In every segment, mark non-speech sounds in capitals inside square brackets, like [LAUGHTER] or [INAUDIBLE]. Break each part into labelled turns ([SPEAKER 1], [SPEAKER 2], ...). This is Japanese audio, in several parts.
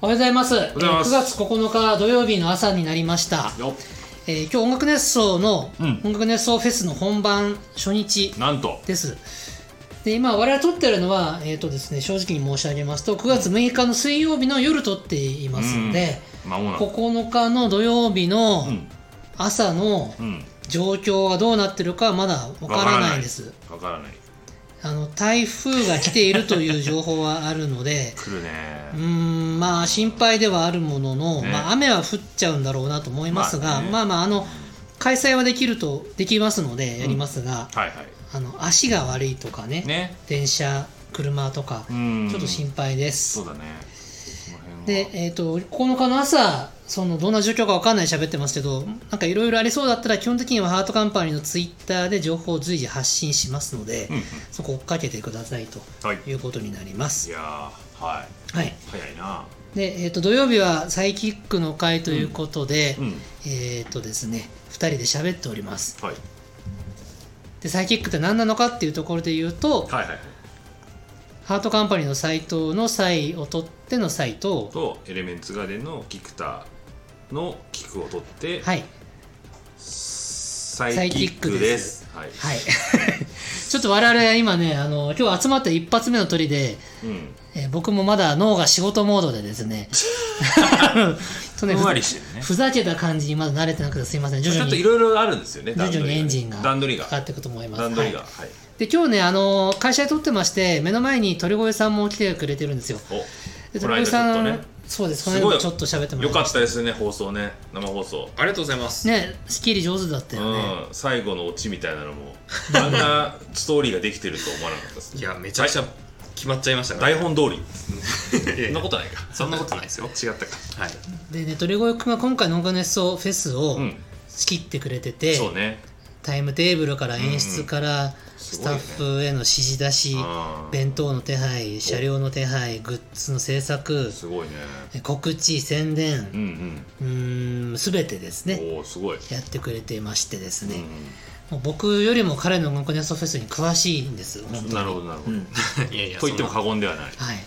[SPEAKER 1] おはようございます。
[SPEAKER 2] おはようございます
[SPEAKER 1] えー9月9日土曜日の朝になりました。
[SPEAKER 2] よ
[SPEAKER 1] えー今日音楽熱奏の、
[SPEAKER 2] うん
[SPEAKER 1] 音楽熱奏フェスの本番初日
[SPEAKER 2] なんと
[SPEAKER 1] です。で今我々撮ってるのは、えーとですね、正直に申し上げますと9月6日の水曜日の夜撮っていますので、
[SPEAKER 2] 間もなく
[SPEAKER 1] 9日の土曜日の
[SPEAKER 2] うん
[SPEAKER 1] 朝の
[SPEAKER 2] うん
[SPEAKER 1] 状況がどうなってるかはまだわからないです。
[SPEAKER 2] わからない
[SPEAKER 1] あの台風が来ているという情報はあるので、
[SPEAKER 2] 来るね
[SPEAKER 1] うーんまあ心配ではあるものの、
[SPEAKER 2] ね
[SPEAKER 1] まあ、雨は降っちゃうんだろうなと思いますが、まあ
[SPEAKER 2] まあね
[SPEAKER 1] まああの開催はできるとできますのでやりますが、
[SPEAKER 2] はいはい
[SPEAKER 1] あの足が悪いとかね
[SPEAKER 2] ね
[SPEAKER 1] 電車車とか、
[SPEAKER 2] うん
[SPEAKER 1] ちょっと心配です
[SPEAKER 2] そうだねこの辺は
[SPEAKER 1] で、えー、と9日の朝そのどんな状況かわかんないで喋ってますけどなんかいろいろありそうだったら基本的にはハートカンパニーのツイッターで情報を随時発信しますので、
[SPEAKER 2] うんうん
[SPEAKER 1] そこ追っかけてくださいと
[SPEAKER 2] はいい
[SPEAKER 1] いうことになります。
[SPEAKER 2] やーはい
[SPEAKER 1] はい
[SPEAKER 2] 早いな
[SPEAKER 1] で、えー、と土曜日はサイキックの会ということで、
[SPEAKER 2] うん
[SPEAKER 1] えー、とですね2人で喋っております
[SPEAKER 2] はい
[SPEAKER 1] でサイキックって何なのかっていうところで言うと、
[SPEAKER 2] はいはいはい
[SPEAKER 1] ハートカンパニーのサイトの際を取ってのサイトを
[SPEAKER 2] とエレメンツガーデンのキクタのキクを取って
[SPEAKER 1] はい
[SPEAKER 2] サ
[SPEAKER 1] サ
[SPEAKER 2] イ
[SPEAKER 1] イ
[SPEAKER 2] キ
[SPEAKER 1] キ
[SPEAKER 2] ッ
[SPEAKER 1] ッ
[SPEAKER 2] ク
[SPEAKER 1] ク
[SPEAKER 2] で
[SPEAKER 1] ですす
[SPEAKER 2] はい
[SPEAKER 1] はい [LAUGHS] ちょっと我々は今ねあの今日集まった一発目の鳥で、
[SPEAKER 2] うん
[SPEAKER 1] えー僕もまだ脳が仕事モードでです
[SPEAKER 2] [LAUGHS]
[SPEAKER 1] ねとね
[SPEAKER 2] ふんわり
[SPEAKER 1] ふ
[SPEAKER 2] してるね
[SPEAKER 1] ふざけた感じにまだ慣れてなくてすいません徐
[SPEAKER 2] ちょ
[SPEAKER 1] 々
[SPEAKER 2] っとい
[SPEAKER 1] に
[SPEAKER 2] ろいろあるんですよね
[SPEAKER 1] 徐々にエンジン
[SPEAKER 2] 段取り
[SPEAKER 1] が
[SPEAKER 2] が
[SPEAKER 1] かかっていくと思います
[SPEAKER 2] 段取りが
[SPEAKER 1] はい
[SPEAKER 2] はい
[SPEAKER 1] で今日ねあの会社で撮ってまして目の前に鳥越さんも来てくれてるんですよで
[SPEAKER 2] お
[SPEAKER 1] 鳥
[SPEAKER 2] この間
[SPEAKER 1] 越
[SPEAKER 2] ちょっ
[SPEAKER 1] さ
[SPEAKER 2] と
[SPEAKER 1] ん、
[SPEAKER 2] ね
[SPEAKER 1] そうですこ
[SPEAKER 2] すご
[SPEAKER 1] の
[SPEAKER 2] い
[SPEAKER 1] 間ちょっと喋ってもら
[SPEAKER 2] よ
[SPEAKER 1] い
[SPEAKER 2] か
[SPEAKER 1] ま
[SPEAKER 2] っ
[SPEAKER 1] した
[SPEAKER 2] ですね放送ね生放送
[SPEAKER 3] ありがとうございます。
[SPEAKER 1] たねスッキリ上手だったよね、
[SPEAKER 2] うん、最後のオチみたいなのもあんなストーリーができてると思わなかったです
[SPEAKER 3] いや、めちゃくちゃ決まっちゃいましたから
[SPEAKER 2] 台本通りそ
[SPEAKER 3] そ
[SPEAKER 2] ん
[SPEAKER 3] [LAUGHS] ん
[SPEAKER 2] な
[SPEAKER 3] な
[SPEAKER 2] こ
[SPEAKER 3] こと
[SPEAKER 2] ないか
[SPEAKER 3] そんなことないですよ。
[SPEAKER 2] 違ったか
[SPEAKER 3] はい。
[SPEAKER 1] でね鳥越君が今回の「オーガネストフェス」を
[SPEAKER 2] うん
[SPEAKER 1] 仕切ってくれてて、
[SPEAKER 2] そうね
[SPEAKER 1] タイムテーブルから演出から、ス
[SPEAKER 2] すごいね
[SPEAKER 1] タッフへの指示出し、
[SPEAKER 2] あー
[SPEAKER 1] 弁当の手配車両の手配グッズの制作
[SPEAKER 2] すごいね
[SPEAKER 1] え告知宣
[SPEAKER 2] う
[SPEAKER 1] 伝
[SPEAKER 2] ん
[SPEAKER 1] うーん全てです
[SPEAKER 2] うん、
[SPEAKER 1] ね
[SPEAKER 2] おおすごい、
[SPEAKER 1] やってくれてましてですね、
[SPEAKER 2] う
[SPEAKER 1] もう僕よりも彼の音楽ネストフェスに詳しいんです本当
[SPEAKER 2] ん、
[SPEAKER 1] に
[SPEAKER 2] なるほどなるほ
[SPEAKER 1] う
[SPEAKER 2] ど、
[SPEAKER 1] ん
[SPEAKER 3] いや [LAUGHS] いや、
[SPEAKER 2] と言っても
[SPEAKER 3] そんな
[SPEAKER 2] 過言ではない
[SPEAKER 1] はい、もう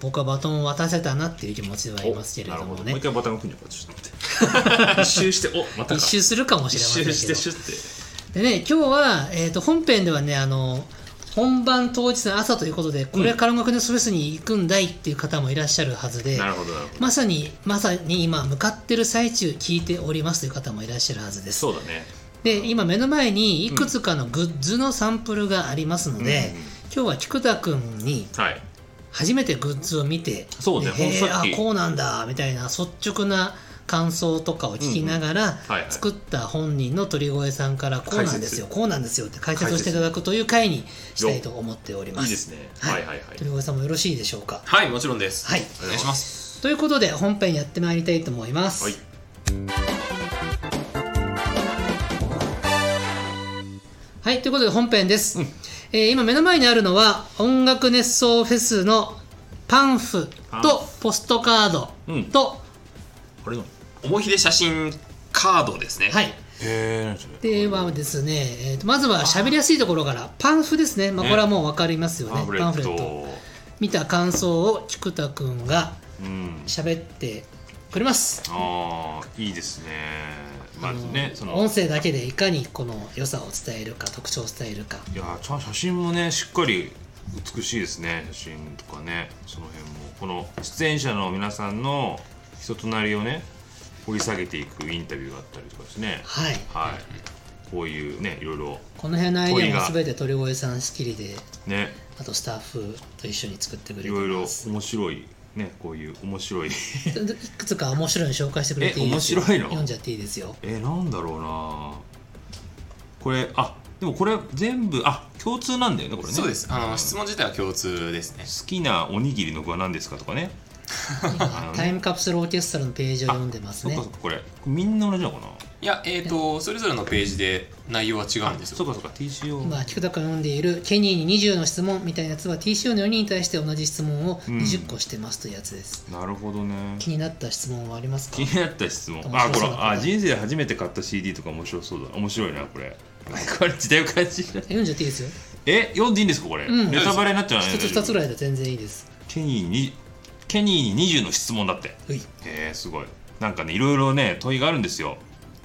[SPEAKER 1] 僕はバトンを渡せたなっていう気持ちではありますけれども
[SPEAKER 2] おなるほもう
[SPEAKER 1] ね
[SPEAKER 2] 一回ボタンが来るのかちょっと待って [LAUGHS] 一周しておまたか
[SPEAKER 1] 一周するかもしれ
[SPEAKER 2] 一周
[SPEAKER 1] ま
[SPEAKER 2] し
[SPEAKER 1] せ
[SPEAKER 2] て
[SPEAKER 1] ん
[SPEAKER 2] シ
[SPEAKER 1] け
[SPEAKER 2] ュって
[SPEAKER 1] どでね今日は、えー、と本編ではねあの本番当日の朝ということでこれから音楽ネストフェスに行くんだいっていう方もいらっしゃるはずで、
[SPEAKER 2] なるほどなるほど
[SPEAKER 1] まさにまさに今向かってる最中聞いておりますという方もいらっしゃるはずです
[SPEAKER 2] そうだね
[SPEAKER 1] で今目の前にいくつかのグッズのサンプルがありますので、
[SPEAKER 2] うんうん
[SPEAKER 1] 今日は菊田君に
[SPEAKER 2] はい
[SPEAKER 1] 初めてグッズを見て
[SPEAKER 2] そうね
[SPEAKER 1] でへ
[SPEAKER 2] ほ
[SPEAKER 1] え
[SPEAKER 2] んとさっ
[SPEAKER 1] あ
[SPEAKER 2] き
[SPEAKER 1] こうなんだみたいな率直な感想とかを聞きながら、
[SPEAKER 2] はいはい
[SPEAKER 1] 作った本人の鳥越さんからこうなんですよ
[SPEAKER 2] 解
[SPEAKER 1] こうなんですよって解説をしていただくという回にしたいと思っておりま
[SPEAKER 2] いい
[SPEAKER 1] す
[SPEAKER 2] ですね
[SPEAKER 1] は
[SPEAKER 2] はいいはいはい
[SPEAKER 1] 鳥越さんもよろしいでしょうか
[SPEAKER 3] はい、もちろんです。
[SPEAKER 1] はい
[SPEAKER 3] お願いします。
[SPEAKER 1] ということで本編やってまいりたいと思います、
[SPEAKER 2] はい
[SPEAKER 1] はい、ということで本編です。えー今目の前にあるのは音楽熱奏フェスのパンフ
[SPEAKER 2] パン
[SPEAKER 1] とポストカー
[SPEAKER 2] うん
[SPEAKER 1] ドと、
[SPEAKER 2] これの
[SPEAKER 3] 思い出写真カードですね。。
[SPEAKER 1] はいい。
[SPEAKER 2] へえ
[SPEAKER 1] ではですね、えーとまずは喋りやすいところからパンフですね。まあ
[SPEAKER 2] ね
[SPEAKER 1] これはもうわかりますよね。
[SPEAKER 2] パンフレ
[SPEAKER 1] パンフ
[SPEAKER 2] ッ
[SPEAKER 1] レ
[SPEAKER 2] ト
[SPEAKER 1] ット。見た感想を菊田くんが
[SPEAKER 2] うん
[SPEAKER 1] 喋ってくれます。
[SPEAKER 2] ああいいですねまずね
[SPEAKER 1] あの
[SPEAKER 2] その
[SPEAKER 1] 音声だけでいかにこの良さを伝えるか特徴を伝えるか。
[SPEAKER 2] いやーちゃん写真もねしっかり美しいですね写真とかねその辺もこの出演者の皆さんの人となりをね掘り下げていくインタビューがあったりとかですね
[SPEAKER 1] はい。
[SPEAKER 2] はいこういうねいろいろ
[SPEAKER 1] この辺のアイデアも
[SPEAKER 2] 問
[SPEAKER 1] 全て鳥越さん仕切りで、
[SPEAKER 2] ね
[SPEAKER 1] あとスタッフと一緒に作ってくれ
[SPEAKER 2] い
[SPEAKER 1] て
[SPEAKER 2] ろいろ
[SPEAKER 1] ます。
[SPEAKER 2] 面白いねこういう面白い [LAUGHS]
[SPEAKER 1] でいくつか面白いの紹介してくれていいですよ。
[SPEAKER 2] え面白いの
[SPEAKER 1] 読んじゃっていいですよ。
[SPEAKER 2] えなんだろうなこれあでもこれ全部あ共通なんだよねこれね
[SPEAKER 3] そうです。あの、質
[SPEAKER 2] 好
[SPEAKER 3] 問自体は共通ですね。
[SPEAKER 2] きなおにぎりの具は何ですかとかね
[SPEAKER 1] 今タイムカプセルオーケストラのページを読んでます
[SPEAKER 2] そっ
[SPEAKER 1] ね
[SPEAKER 2] かそ。っかこれみんな同じなのかない
[SPEAKER 3] や、えっ、と、それぞれのページで内容は違うんです
[SPEAKER 2] そっ
[SPEAKER 3] よ。
[SPEAKER 2] かそっか TCO
[SPEAKER 1] 今、菊田君が読んでいるケニーに20の質問みたいなやつは TCO の4人に対して同じ質問を20個してますというやつです。
[SPEAKER 2] なるほどね
[SPEAKER 1] 気になった質問はありますか
[SPEAKER 2] 気になった質問
[SPEAKER 1] 面
[SPEAKER 2] あ
[SPEAKER 1] 白
[SPEAKER 2] こ
[SPEAKER 1] そ
[SPEAKER 2] れ
[SPEAKER 1] うだった
[SPEAKER 2] あ人生で初めて買った CD とか面白そうだ面白いなこれこれ時代を感じる
[SPEAKER 1] 読んじゃっていいですよ。
[SPEAKER 2] [LAUGHS] え読んでいいんですかこれ、
[SPEAKER 1] うん
[SPEAKER 2] ネタバレになっちゃう
[SPEAKER 1] 一つ二つぐ
[SPEAKER 2] い
[SPEAKER 1] らいで全然いいです。
[SPEAKER 2] ケニーにケニーに20の質問だって
[SPEAKER 1] うい
[SPEAKER 2] へえすごいなんかねいろいろね問いがあるんですよ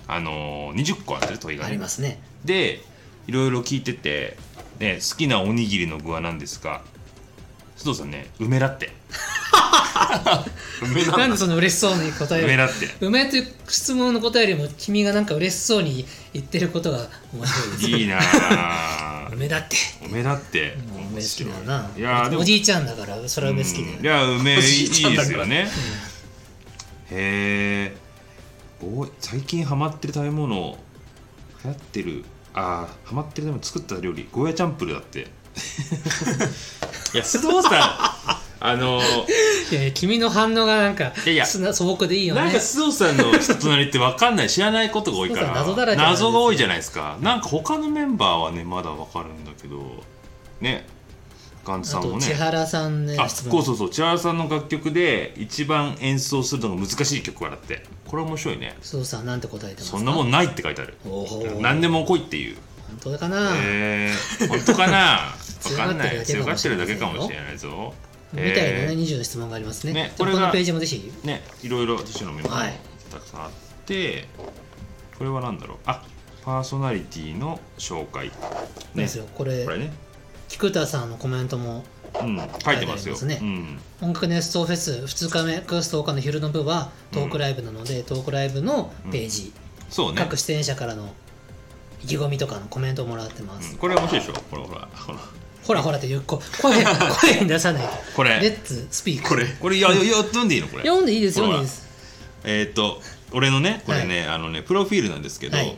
[SPEAKER 2] あのー、20個あってる問いが、
[SPEAKER 1] ありますね
[SPEAKER 2] でいろいろ聞いてて、ね、好きなおにぎりの具は何ですか須藤さんね梅だ
[SPEAKER 1] [LAUGHS]
[SPEAKER 2] って
[SPEAKER 3] 梅な
[SPEAKER 1] なんで
[SPEAKER 3] んだ
[SPEAKER 1] その嬉しそうに答え
[SPEAKER 2] 梅
[SPEAKER 1] る
[SPEAKER 2] だって
[SPEAKER 1] 梅という質問の答えよりも君がなんか嬉しそうに言ってることが面白いです
[SPEAKER 2] いいなあ
[SPEAKER 1] [LAUGHS] 梅だって
[SPEAKER 2] 梅だって
[SPEAKER 1] うん梅
[SPEAKER 2] 面
[SPEAKER 1] 好き
[SPEAKER 2] 白い
[SPEAKER 1] だよない
[SPEAKER 2] やーでも
[SPEAKER 1] おじいちゃんだからそれは梅好きだよ
[SPEAKER 2] うんいや
[SPEAKER 1] [LAUGHS]
[SPEAKER 2] 梅いい
[SPEAKER 3] お
[SPEAKER 2] で
[SPEAKER 3] じいちゃんだから
[SPEAKER 2] すよねへえおい最近ハマってる食べ物流行ってるあーハマってる食べ物作った料理ゴーヤチャンプルだっ
[SPEAKER 1] [LAUGHS]
[SPEAKER 2] ていや須藤さん [LAUGHS] あの
[SPEAKER 1] いやいや君の反応がなんか
[SPEAKER 2] いやいや
[SPEAKER 1] 素な素朴でいいよね
[SPEAKER 2] なんか須藤さんの人となりって分かんない知らないことが多いから
[SPEAKER 1] 須藤さん謎だらけなんですよ
[SPEAKER 2] 謎が多いじゃないですかなんか他のメンバーはねまだ分かるんだけどねガンツさ
[SPEAKER 1] あ
[SPEAKER 2] ん
[SPEAKER 1] と
[SPEAKER 2] もね
[SPEAKER 1] 千原さんね
[SPEAKER 2] あ
[SPEAKER 1] 質問
[SPEAKER 2] そうそうそう千原さんの楽曲で一番演奏するのが難しい曲はだってこれ面白いね
[SPEAKER 1] 須藤さんなんて答えてますか
[SPEAKER 2] そんなもんないって書いてある
[SPEAKER 1] おお
[SPEAKER 2] 何でも来いっていう
[SPEAKER 1] 本当かな、
[SPEAKER 2] えー、本当かなわかんない
[SPEAKER 1] [LAUGHS] 強
[SPEAKER 2] 強
[SPEAKER 1] が
[SPEAKER 2] が
[SPEAKER 1] っ
[SPEAKER 2] ってて
[SPEAKER 1] る
[SPEAKER 2] る
[SPEAKER 1] だ
[SPEAKER 2] だ
[SPEAKER 1] け
[SPEAKER 2] け
[SPEAKER 1] か
[SPEAKER 2] か
[SPEAKER 1] も
[SPEAKER 2] も
[SPEAKER 1] し
[SPEAKER 2] し
[SPEAKER 1] れ
[SPEAKER 2] れないぞ
[SPEAKER 1] みたいなね、
[SPEAKER 2] え
[SPEAKER 1] 20の質問がありますね
[SPEAKER 2] ね
[SPEAKER 1] こ
[SPEAKER 2] こ
[SPEAKER 1] れ
[SPEAKER 2] れ
[SPEAKER 1] こ
[SPEAKER 2] が
[SPEAKER 1] のページもぜひ
[SPEAKER 2] ーねいろいろ私のメモが
[SPEAKER 1] はい
[SPEAKER 2] たくさんあって、これは何だろうあパーソナリティの紹介
[SPEAKER 1] なん
[SPEAKER 2] ね
[SPEAKER 1] ですよこれ
[SPEAKER 2] これね、
[SPEAKER 1] 菊田さんのコメントも
[SPEAKER 2] うん、書いてますよ
[SPEAKER 1] 書いてありますね
[SPEAKER 2] うん、
[SPEAKER 1] 音楽ネストフェス2日目9月10日の昼の部はトークライブなので、トークライブのページ、
[SPEAKER 2] そうね
[SPEAKER 1] 各出演者からの意気込みとかのコメントをもらってます、
[SPEAKER 2] うんこれ面白いでしょほらほらほら
[SPEAKER 1] ほらほらって言うこ声声に出さないと
[SPEAKER 2] これ
[SPEAKER 1] レッツスピーク
[SPEAKER 3] これ
[SPEAKER 2] これいやいやいや読んでいいのこれ
[SPEAKER 1] 読んでいいです読ん
[SPEAKER 2] ほ
[SPEAKER 1] でい
[SPEAKER 2] ら
[SPEAKER 1] いです
[SPEAKER 2] えーっと俺のねこれね、あのねプロフィールなんですけど、
[SPEAKER 1] はい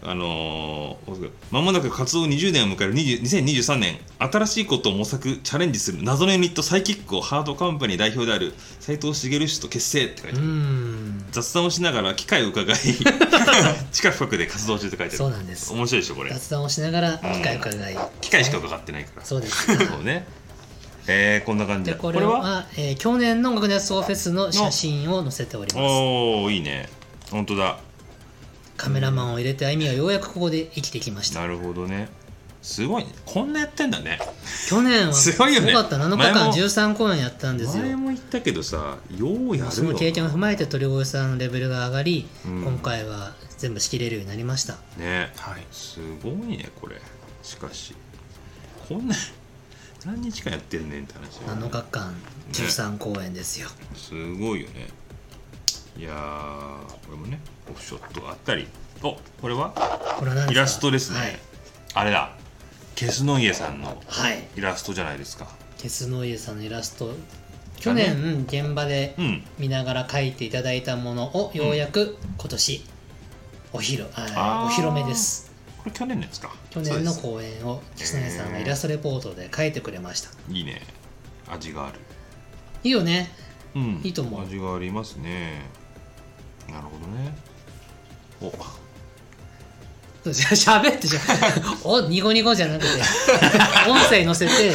[SPEAKER 2] あのーまもなく活動20年を迎える20 2023年新しいことを模索チャレンジする謎のユニットサイキックをハードカンパニー代表である斉藤茂氏と結成って書いてあ
[SPEAKER 1] うー
[SPEAKER 2] る、
[SPEAKER 1] ん
[SPEAKER 2] 雑談をしながら機会
[SPEAKER 1] [LAUGHS]
[SPEAKER 2] を伺い近く深くで活動中って書いて
[SPEAKER 1] そう
[SPEAKER 2] ある
[SPEAKER 1] なんです
[SPEAKER 2] 面白いでしょこれ
[SPEAKER 1] 雑談をしながら機械を伺い、
[SPEAKER 2] 機会しか伺ってないから
[SPEAKER 1] そうです
[SPEAKER 2] そうねえー、こんな感じ
[SPEAKER 1] で
[SPEAKER 2] だ
[SPEAKER 1] これはえー去年の音楽熱奏フェスの写真を載せております
[SPEAKER 2] おおいいね本当だ
[SPEAKER 1] カメラマンを入れて歩みはようやくここで生きてきました
[SPEAKER 2] なるほどねすごいねこんなやってんだね
[SPEAKER 1] 去年は
[SPEAKER 2] すごいよね
[SPEAKER 1] かった7日
[SPEAKER 2] 前
[SPEAKER 1] 間
[SPEAKER 2] も
[SPEAKER 1] 13公演やったんですよ
[SPEAKER 2] 前も言ったけどさようや
[SPEAKER 1] そ
[SPEAKER 2] る
[SPEAKER 1] の
[SPEAKER 2] よ
[SPEAKER 1] 経験を踏まえて鳥越さんのレベルが上がり、
[SPEAKER 2] うん
[SPEAKER 1] 今回は全部仕切れるようになりました
[SPEAKER 2] ね
[SPEAKER 3] はい
[SPEAKER 2] すごいねこれしかしこんな何日間やってんねんって話だよね
[SPEAKER 1] 7日間13公演ですよ、
[SPEAKER 2] すごいよねいやーこれもねオフショットがあったりおこれは
[SPEAKER 1] これは何ですか
[SPEAKER 2] イラストですね、
[SPEAKER 1] はい、
[SPEAKER 2] あれだケスノイエさんの
[SPEAKER 1] はい、
[SPEAKER 2] イラストじゃないですか
[SPEAKER 1] ケスノイエさんのイラスト去年現場で
[SPEAKER 2] うん
[SPEAKER 1] 見ながら描いていただいたものをようやく今年お披露あ
[SPEAKER 2] あー
[SPEAKER 1] お披露目です
[SPEAKER 2] これ去年のやつか
[SPEAKER 1] 去年の
[SPEAKER 2] そう
[SPEAKER 1] 公演をケスノイエさんがイラストレポートで描いてくれました
[SPEAKER 2] ですいいね味がある
[SPEAKER 1] いいよね
[SPEAKER 2] うん、
[SPEAKER 1] いいと思う
[SPEAKER 2] 味がありますねなるほどね
[SPEAKER 1] [LAUGHS]
[SPEAKER 2] お
[SPEAKER 1] そうじゃあ喋ってじゃん [LAUGHS] おニコニコじゃ
[SPEAKER 2] [LAUGHS]
[SPEAKER 1] なくて音声載せて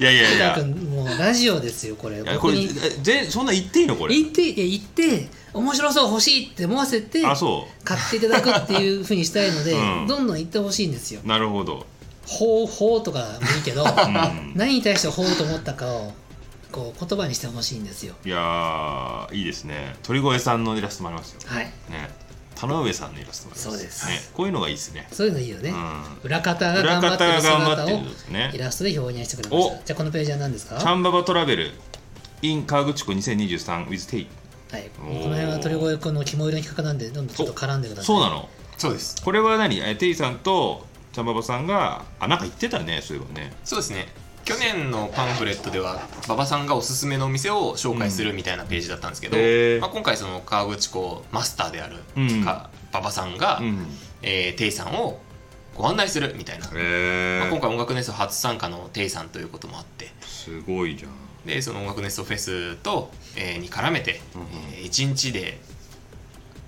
[SPEAKER 2] いやいや
[SPEAKER 1] な
[SPEAKER 2] い
[SPEAKER 1] ん
[SPEAKER 2] や
[SPEAKER 1] かもうラジオですよこれ
[SPEAKER 2] いや
[SPEAKER 1] こ
[SPEAKER 2] こ
[SPEAKER 1] こ
[SPEAKER 2] れ
[SPEAKER 1] に
[SPEAKER 2] えぜそんな言っていいのこれ
[SPEAKER 1] 行っていや行って面白そう欲しいって思わせて
[SPEAKER 2] あそ
[SPEAKER 1] 買っていただくっていうふうにしたいので、
[SPEAKER 2] うん
[SPEAKER 1] どんどん行ってほしいんですよ
[SPEAKER 2] うなるほど、
[SPEAKER 1] 「ほうほう」とかもいいけど
[SPEAKER 2] [LAUGHS] うん、
[SPEAKER 1] 何に対して「ほう」と思ったかをこう言葉にしてほしいんですよ
[SPEAKER 2] いやーいいですね鳥越さんのイラストもありますよ
[SPEAKER 1] はい
[SPEAKER 2] ね田上さんのイラストもあり
[SPEAKER 1] そ
[SPEAKER 2] ます
[SPEAKER 1] うです
[SPEAKER 2] ね、こういうのがいいですね
[SPEAKER 1] そういうのいいよね、
[SPEAKER 2] う
[SPEAKER 1] 裏方
[SPEAKER 2] ん
[SPEAKER 1] が
[SPEAKER 2] 裏
[SPEAKER 1] 頑張っ
[SPEAKER 2] 方
[SPEAKER 1] てる
[SPEAKER 2] が頑張って
[SPEAKER 1] 姿
[SPEAKER 2] る
[SPEAKER 1] を
[SPEAKER 2] んですね
[SPEAKER 1] イラストで表現してくれました
[SPEAKER 2] お
[SPEAKER 1] じゃあこのページは何ですか
[SPEAKER 2] チャンババトラベル in 河口湖 2023with
[SPEAKER 1] はい、こ
[SPEAKER 2] お
[SPEAKER 1] の
[SPEAKER 2] ー
[SPEAKER 1] 辺は鳥越君の肝入れの企画なんでどんどんちょっと絡んでください
[SPEAKER 2] Tate そうなの
[SPEAKER 3] そうです
[SPEAKER 2] これは何えテイさんとチャンババさんがあなんか言ってたねそういえばね
[SPEAKER 3] そうですね去年のパンフレットでは馬場さんがおすすめのお店を紹介するみたいなページだったんですけど、
[SPEAKER 2] うんへー
[SPEAKER 3] まあ、今回その川口湖マスターである
[SPEAKER 2] うん
[SPEAKER 3] か馬場さんが、
[SPEAKER 2] うん
[SPEAKER 3] えー、テイさんをご案内するみたいな、
[SPEAKER 2] え
[SPEAKER 3] まあ、
[SPEAKER 2] ー
[SPEAKER 3] 今回音楽ネスト初参加のテイさんということもあって
[SPEAKER 2] すごいじゃん
[SPEAKER 3] でその音楽ネストフェスと、えーに絡めて、
[SPEAKER 2] うんうん
[SPEAKER 3] え1日で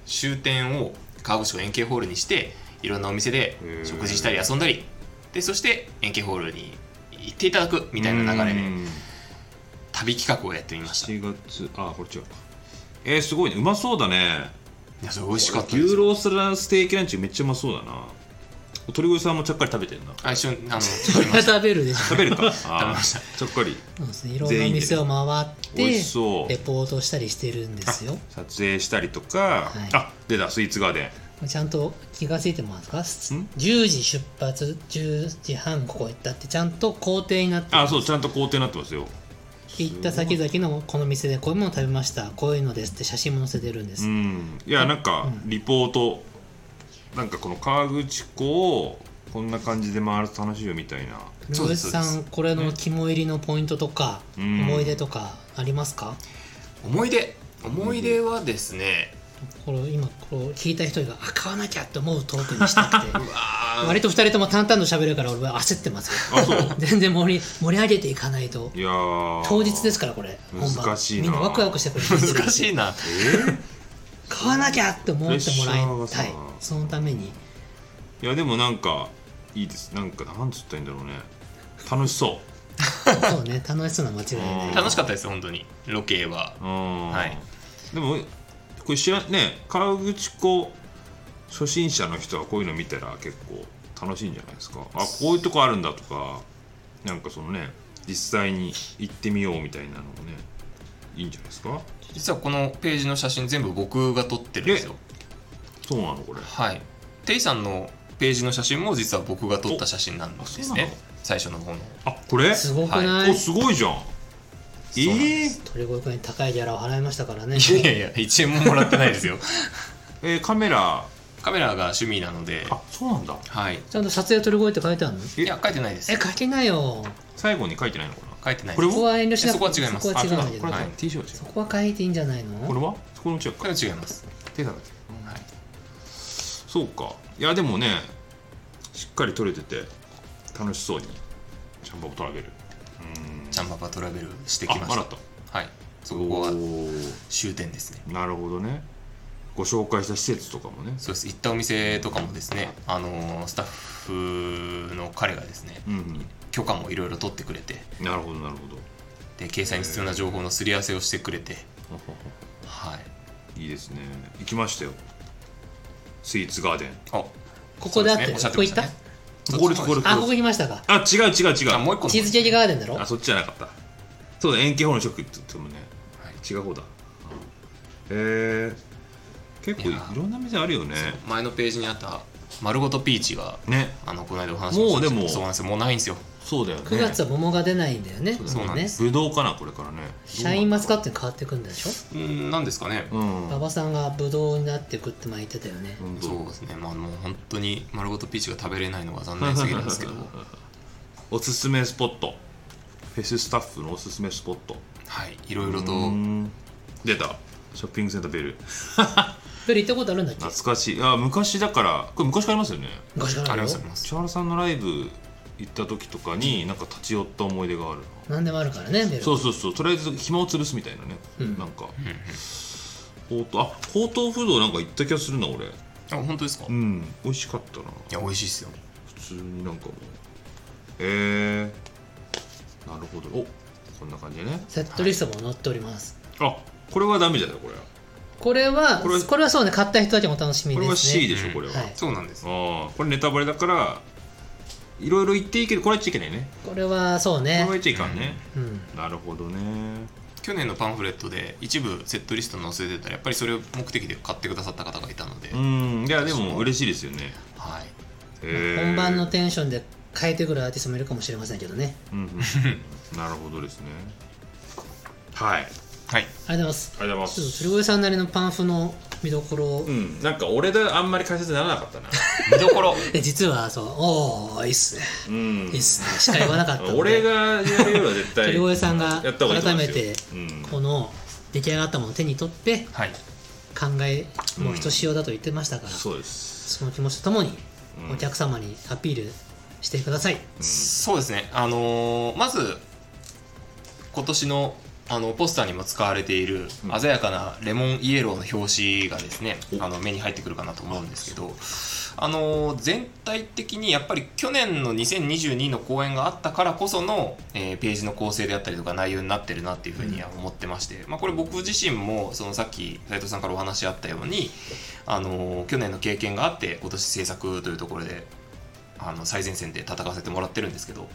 [SPEAKER 3] 終点を川口湖円形ホールにしていろんなお店で
[SPEAKER 2] へー
[SPEAKER 3] 食事したり遊んだりでそして円形ホールに行っていただくみたいな流れ
[SPEAKER 2] う
[SPEAKER 3] で
[SPEAKER 2] ん
[SPEAKER 3] 旅企画をやってみましたい
[SPEAKER 2] 7月あこれ違うかえー、すごいねうまそうだね
[SPEAKER 3] やそれ美味しかったです
[SPEAKER 2] 牛ロースラステーキランチめっちゃうまそうだな鳥越さんもちゃっかり食べてんな
[SPEAKER 3] あ一緒にあの
[SPEAKER 1] それは食べるでしょ
[SPEAKER 2] [LAUGHS] 食べる
[SPEAKER 3] [LAUGHS]
[SPEAKER 2] か食
[SPEAKER 3] べました
[SPEAKER 2] ちゃっかり
[SPEAKER 1] そうですねいろんなお店を回っ
[SPEAKER 2] 美
[SPEAKER 1] て
[SPEAKER 2] 味しそう
[SPEAKER 1] レポートしたりしてるんですよ
[SPEAKER 2] 撮影したりとか、
[SPEAKER 1] はい
[SPEAKER 2] あ出たスイーツガーデン
[SPEAKER 1] ちゃんと気がついてますか10時出発10時半ここ行ったってちゃんと工程になって
[SPEAKER 2] あそうちゃんと工程になってますよ
[SPEAKER 1] 行った先々のこの店でこういうもの食べましたこういうのですって写真も載せてるんです、
[SPEAKER 2] うんいやなんか
[SPEAKER 1] うん
[SPEAKER 2] リポート、なんかこの河口湖をこんな感じで回ると楽しいよみたいな
[SPEAKER 3] そうです
[SPEAKER 1] 室伏さ
[SPEAKER 3] そうん
[SPEAKER 1] これの肝入りのポイントとか、
[SPEAKER 2] うん
[SPEAKER 1] 思い出とかありますか
[SPEAKER 3] 思い出思い出はですね
[SPEAKER 1] これ今これ聞いた人があ買わなきゃって思うトークにしたくて
[SPEAKER 3] うわー
[SPEAKER 1] 割と2人とも淡々と喋るから俺は焦ってますよ
[SPEAKER 2] あそう
[SPEAKER 1] [LAUGHS] 全然盛り盛り上げていかないと
[SPEAKER 2] いやー
[SPEAKER 1] 当日ですからこれ
[SPEAKER 2] 難しいな
[SPEAKER 1] みんなワクワクしてくれて
[SPEAKER 3] 難しいな
[SPEAKER 1] 買わなきゃって思ってもらいたい
[SPEAKER 2] プレッシャーがさ
[SPEAKER 1] そのために
[SPEAKER 2] いやでもなんかいいですなんかなんつったらいいんだろうね楽しそ
[SPEAKER 1] そうね楽しそうな間違いない
[SPEAKER 2] うん
[SPEAKER 3] 楽しかったです本当にロケは
[SPEAKER 2] ううん、
[SPEAKER 3] はい
[SPEAKER 2] でもこれ知らね河口湖初心者の人はこういうの見たら結構楽しいんじゃないですかあこういうとこあるんだとかなんかそのね実際に行ってみようみたいなのもねいいんじゃないですか
[SPEAKER 3] 実はこのページの写真全部僕が撮ってるんですよ
[SPEAKER 2] そうなのこれ
[SPEAKER 3] はいテイさんのページの写真も実は僕が撮った写真なんです
[SPEAKER 2] おそうな
[SPEAKER 3] ね
[SPEAKER 2] の
[SPEAKER 3] 最初の方の
[SPEAKER 2] あこれ
[SPEAKER 1] すごくない、
[SPEAKER 2] おすごいじゃんえ
[SPEAKER 3] そうなんで
[SPEAKER 2] ー
[SPEAKER 1] 鳥越君に高いギャラを払いましたからね
[SPEAKER 3] いやいやいや1円ももらってないですよ [LAUGHS]
[SPEAKER 2] えーカメラ
[SPEAKER 3] カメラが趣味なので
[SPEAKER 2] あそうなんだ
[SPEAKER 3] はい
[SPEAKER 1] ちゃんと撮影鳥越って書いてあるの
[SPEAKER 2] え
[SPEAKER 3] いや書いてないです
[SPEAKER 1] え書けなよ
[SPEAKER 2] 最後に書いてないのかな
[SPEAKER 3] 書いてない
[SPEAKER 2] これ
[SPEAKER 3] これ
[SPEAKER 2] も
[SPEAKER 1] そこは遠慮しなく
[SPEAKER 3] そこは違います
[SPEAKER 1] そこは違
[SPEAKER 2] あ
[SPEAKER 1] うんだ
[SPEAKER 2] そうだ
[SPEAKER 1] けど
[SPEAKER 2] これ
[SPEAKER 3] はい
[SPEAKER 2] T シャツ
[SPEAKER 1] そこは書いていいんじゃないの
[SPEAKER 2] これはそこの違うか
[SPEAKER 3] 違います、
[SPEAKER 2] 手だけ
[SPEAKER 3] はい、
[SPEAKER 2] そうかいやでもねしっかり撮れてて楽しそうにチャンババトラベルうん
[SPEAKER 3] チャンババトラベルしてきま
[SPEAKER 2] あ
[SPEAKER 3] し
[SPEAKER 2] あら
[SPEAKER 3] た
[SPEAKER 2] った
[SPEAKER 3] はいそこは
[SPEAKER 2] おー
[SPEAKER 3] 終点ですね
[SPEAKER 2] なるほどねご紹介した施設とかもね
[SPEAKER 3] そうです行ったお店とかもですねあのースタッフの彼がですね
[SPEAKER 2] うん
[SPEAKER 3] 許可もいろいろ取ってくれて
[SPEAKER 2] うんなるほどなるほど
[SPEAKER 3] で掲載に必要な情報のすり合わせをしてくれて
[SPEAKER 2] ほほ
[SPEAKER 3] はい
[SPEAKER 2] ほいいですね行きましたよスイーツガーデン
[SPEAKER 3] あ
[SPEAKER 1] ここであってる
[SPEAKER 3] そうで
[SPEAKER 1] こ
[SPEAKER 3] すね
[SPEAKER 1] こ行った
[SPEAKER 2] ここですここです
[SPEAKER 1] あここ来ましたか
[SPEAKER 2] あ違う違う違
[SPEAKER 3] あも
[SPEAKER 2] う
[SPEAKER 3] う一個の
[SPEAKER 1] チーズケーキガーデンだろ
[SPEAKER 2] あそっちじゃなかったそうだ円形法のショックって言ってもね
[SPEAKER 3] はい
[SPEAKER 2] 違う方だへえ結構い
[SPEAKER 3] いやー
[SPEAKER 2] ろんな店あるよね
[SPEAKER 3] 前のページにあった「丸ごとピーチが」
[SPEAKER 2] ね
[SPEAKER 3] あのこの間お話ししましたけど
[SPEAKER 2] もうでも
[SPEAKER 3] そうなんですよもうないんですよ
[SPEAKER 2] そうだよね
[SPEAKER 1] 9月は桃が出ないんだよね
[SPEAKER 3] そうなんで
[SPEAKER 1] もうね
[SPEAKER 2] ぶどうかなこれからね
[SPEAKER 1] シャインマスカ
[SPEAKER 2] ッ
[SPEAKER 1] ットに変わっていくんでしょ
[SPEAKER 3] うーんなんですかね
[SPEAKER 2] トうん
[SPEAKER 1] 馬場さんがブドウになってくって前言ってたよね
[SPEAKER 2] 本当
[SPEAKER 3] そうですねまあもう本当に丸ごとピーチが食べれないのが残念すぎるんですけど
[SPEAKER 2] [LAUGHS] おすすめスポットフェススタッフのおすすめスポット
[SPEAKER 3] [LAUGHS] はいいろいろと
[SPEAKER 2] うん出たショッピングセンターベル
[SPEAKER 1] ベル行ったことあるんだっけ
[SPEAKER 2] 懐かしいあ昔だからこれ昔からありますよね
[SPEAKER 1] 昔から
[SPEAKER 3] あ
[SPEAKER 1] あ
[SPEAKER 3] り
[SPEAKER 1] る
[SPEAKER 3] ま
[SPEAKER 1] よ
[SPEAKER 3] すあります
[SPEAKER 2] 千原さんのライブ行った時とかになんか立ち寄った思い出があるな
[SPEAKER 1] 何でもあるからねベル
[SPEAKER 2] そうそうそうとりあえず紐を吊るすみたいなね、
[SPEAKER 1] うん
[SPEAKER 2] なんか
[SPEAKER 3] うんうん
[SPEAKER 2] ほうとうあほうとう不動なんか行った気がするな俺
[SPEAKER 3] あ本当ですか、
[SPEAKER 2] う
[SPEAKER 3] い
[SPEAKER 2] ん美味しかったな
[SPEAKER 3] や美味しいですよ
[SPEAKER 2] 普通になんかもうえー、なるほどおこんな感じでね
[SPEAKER 1] セットリストも載っております
[SPEAKER 2] あこれはダメじゃないこれ
[SPEAKER 1] これは
[SPEAKER 2] これ
[SPEAKER 1] これはそうね買った人だけお楽しみ
[SPEAKER 2] こ
[SPEAKER 1] で
[SPEAKER 2] れは
[SPEAKER 1] す
[SPEAKER 2] C
[SPEAKER 1] ね
[SPEAKER 2] でしょ、これは、
[SPEAKER 1] はい
[SPEAKER 3] そうなんです
[SPEAKER 2] ああこれネタバレだからいろいろ言っていいけどこれは言っちゃいけないね
[SPEAKER 1] これはそう
[SPEAKER 2] これ
[SPEAKER 1] ね
[SPEAKER 2] は言っちゃいかんね、
[SPEAKER 1] うん
[SPEAKER 2] なるほどね
[SPEAKER 3] 去年のパンフレットで一部セットリスト載せてたらやっぱりそれを目的で買ってくださった方がいたので、
[SPEAKER 2] うんいやでも嬉しいですよね
[SPEAKER 3] はい
[SPEAKER 2] へー
[SPEAKER 1] 本番のテンションで変えてくるアーティストもいるかもしれませんけどね
[SPEAKER 2] うんうんなるほどですねはい
[SPEAKER 1] あ
[SPEAKER 3] はい
[SPEAKER 1] りがとうございます
[SPEAKER 2] ありがとうございま
[SPEAKER 1] ちょっと
[SPEAKER 2] す
[SPEAKER 1] 鶴越さんなりのパンフの見どころを、
[SPEAKER 2] うんなんか俺であんまり解説にならなかったな
[SPEAKER 3] 見どころ
[SPEAKER 1] え実はそうおおいいっすね
[SPEAKER 2] うん
[SPEAKER 1] いいっすねしか言わなかったので
[SPEAKER 2] [LAUGHS] 俺がやるよりは絶対
[SPEAKER 1] 鳥越さんが
[SPEAKER 2] やった方がいいと
[SPEAKER 1] 改
[SPEAKER 2] 思
[SPEAKER 1] め
[SPEAKER 2] いますよ
[SPEAKER 1] て
[SPEAKER 2] うん
[SPEAKER 1] この出来上がったものを手に取って
[SPEAKER 3] [LAUGHS] はい
[SPEAKER 1] 考えもうひとしおだと言ってましたから、
[SPEAKER 2] そうです
[SPEAKER 1] その気持ちとともに
[SPEAKER 2] うん
[SPEAKER 1] お客様にアピールしてください、
[SPEAKER 3] そうですねあのーまず今年のあのポスターにも使われている
[SPEAKER 2] うん
[SPEAKER 3] 鮮やかなレモンイエローの表紙がですね、
[SPEAKER 2] お
[SPEAKER 3] あの目に入ってくるかなと思うんですけど、あのー全体的にやっぱり去年の2022の公演があったからこその、えーページの構成であったりとか内容になってるなっていうふうには思ってまして、まあ、これ僕自身もそのさっき斉藤さんからお話あったように、あのー去年の経験があって今年制作というところであの最前線で戦わせてもらってるんですけど、ま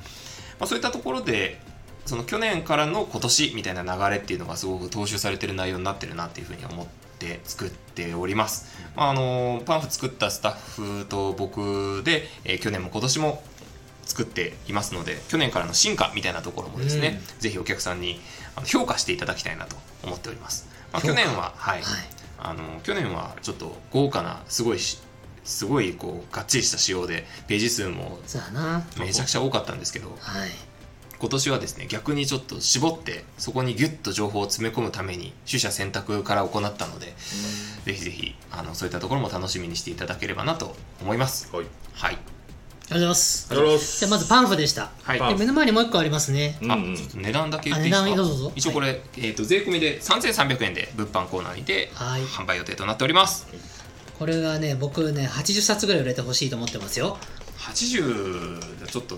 [SPEAKER 3] あ、そういったところでその去年からの今年みたいな流れっていうのがすごく踏襲されてる内容になってるなっていうふうに思って作っております、まあ、あのパンフ作ったスタッフと僕で、えー去年も今年も作っていますので去年からの進化みたいなところもですね、ぜひお客さんにあの評価していただきたいなと思っております、まあ、
[SPEAKER 1] 評
[SPEAKER 3] 去
[SPEAKER 1] 価
[SPEAKER 3] 年はは
[SPEAKER 1] は
[SPEAKER 3] い
[SPEAKER 1] い
[SPEAKER 3] あの去年はちょっと豪華なすごいしすごいこうがっちりした仕様でページ数も
[SPEAKER 1] そうやな
[SPEAKER 3] めちゃくちゃ多かったんですけど
[SPEAKER 1] はい
[SPEAKER 3] 今年はですね逆にちょっと絞ってそこにギュッと情報を詰め込むために取捨選択から行ったのでぜひぜひあのそういったところも楽しみにしていただければなと思います
[SPEAKER 2] はい
[SPEAKER 3] は
[SPEAKER 1] あ
[SPEAKER 3] い
[SPEAKER 1] りがとうございます
[SPEAKER 2] ありがとうございます
[SPEAKER 1] じゃあまずパンフでした
[SPEAKER 3] はい
[SPEAKER 2] パン
[SPEAKER 1] で
[SPEAKER 2] フ
[SPEAKER 1] 目の前にもう一個ありますね
[SPEAKER 2] うんう
[SPEAKER 3] あ
[SPEAKER 2] ん
[SPEAKER 3] ちょっと値段だけ言っていいで
[SPEAKER 1] あ
[SPEAKER 3] す
[SPEAKER 1] 値
[SPEAKER 3] か
[SPEAKER 1] 段どうぞどうぞ
[SPEAKER 3] 一応これ、えー、と税込みで3300円で物販コーナーにて
[SPEAKER 1] はい
[SPEAKER 3] 販売予定となっております
[SPEAKER 1] これがね僕ね80冊ぐらい売れてほしいと思ってますよ
[SPEAKER 3] 80ちょっと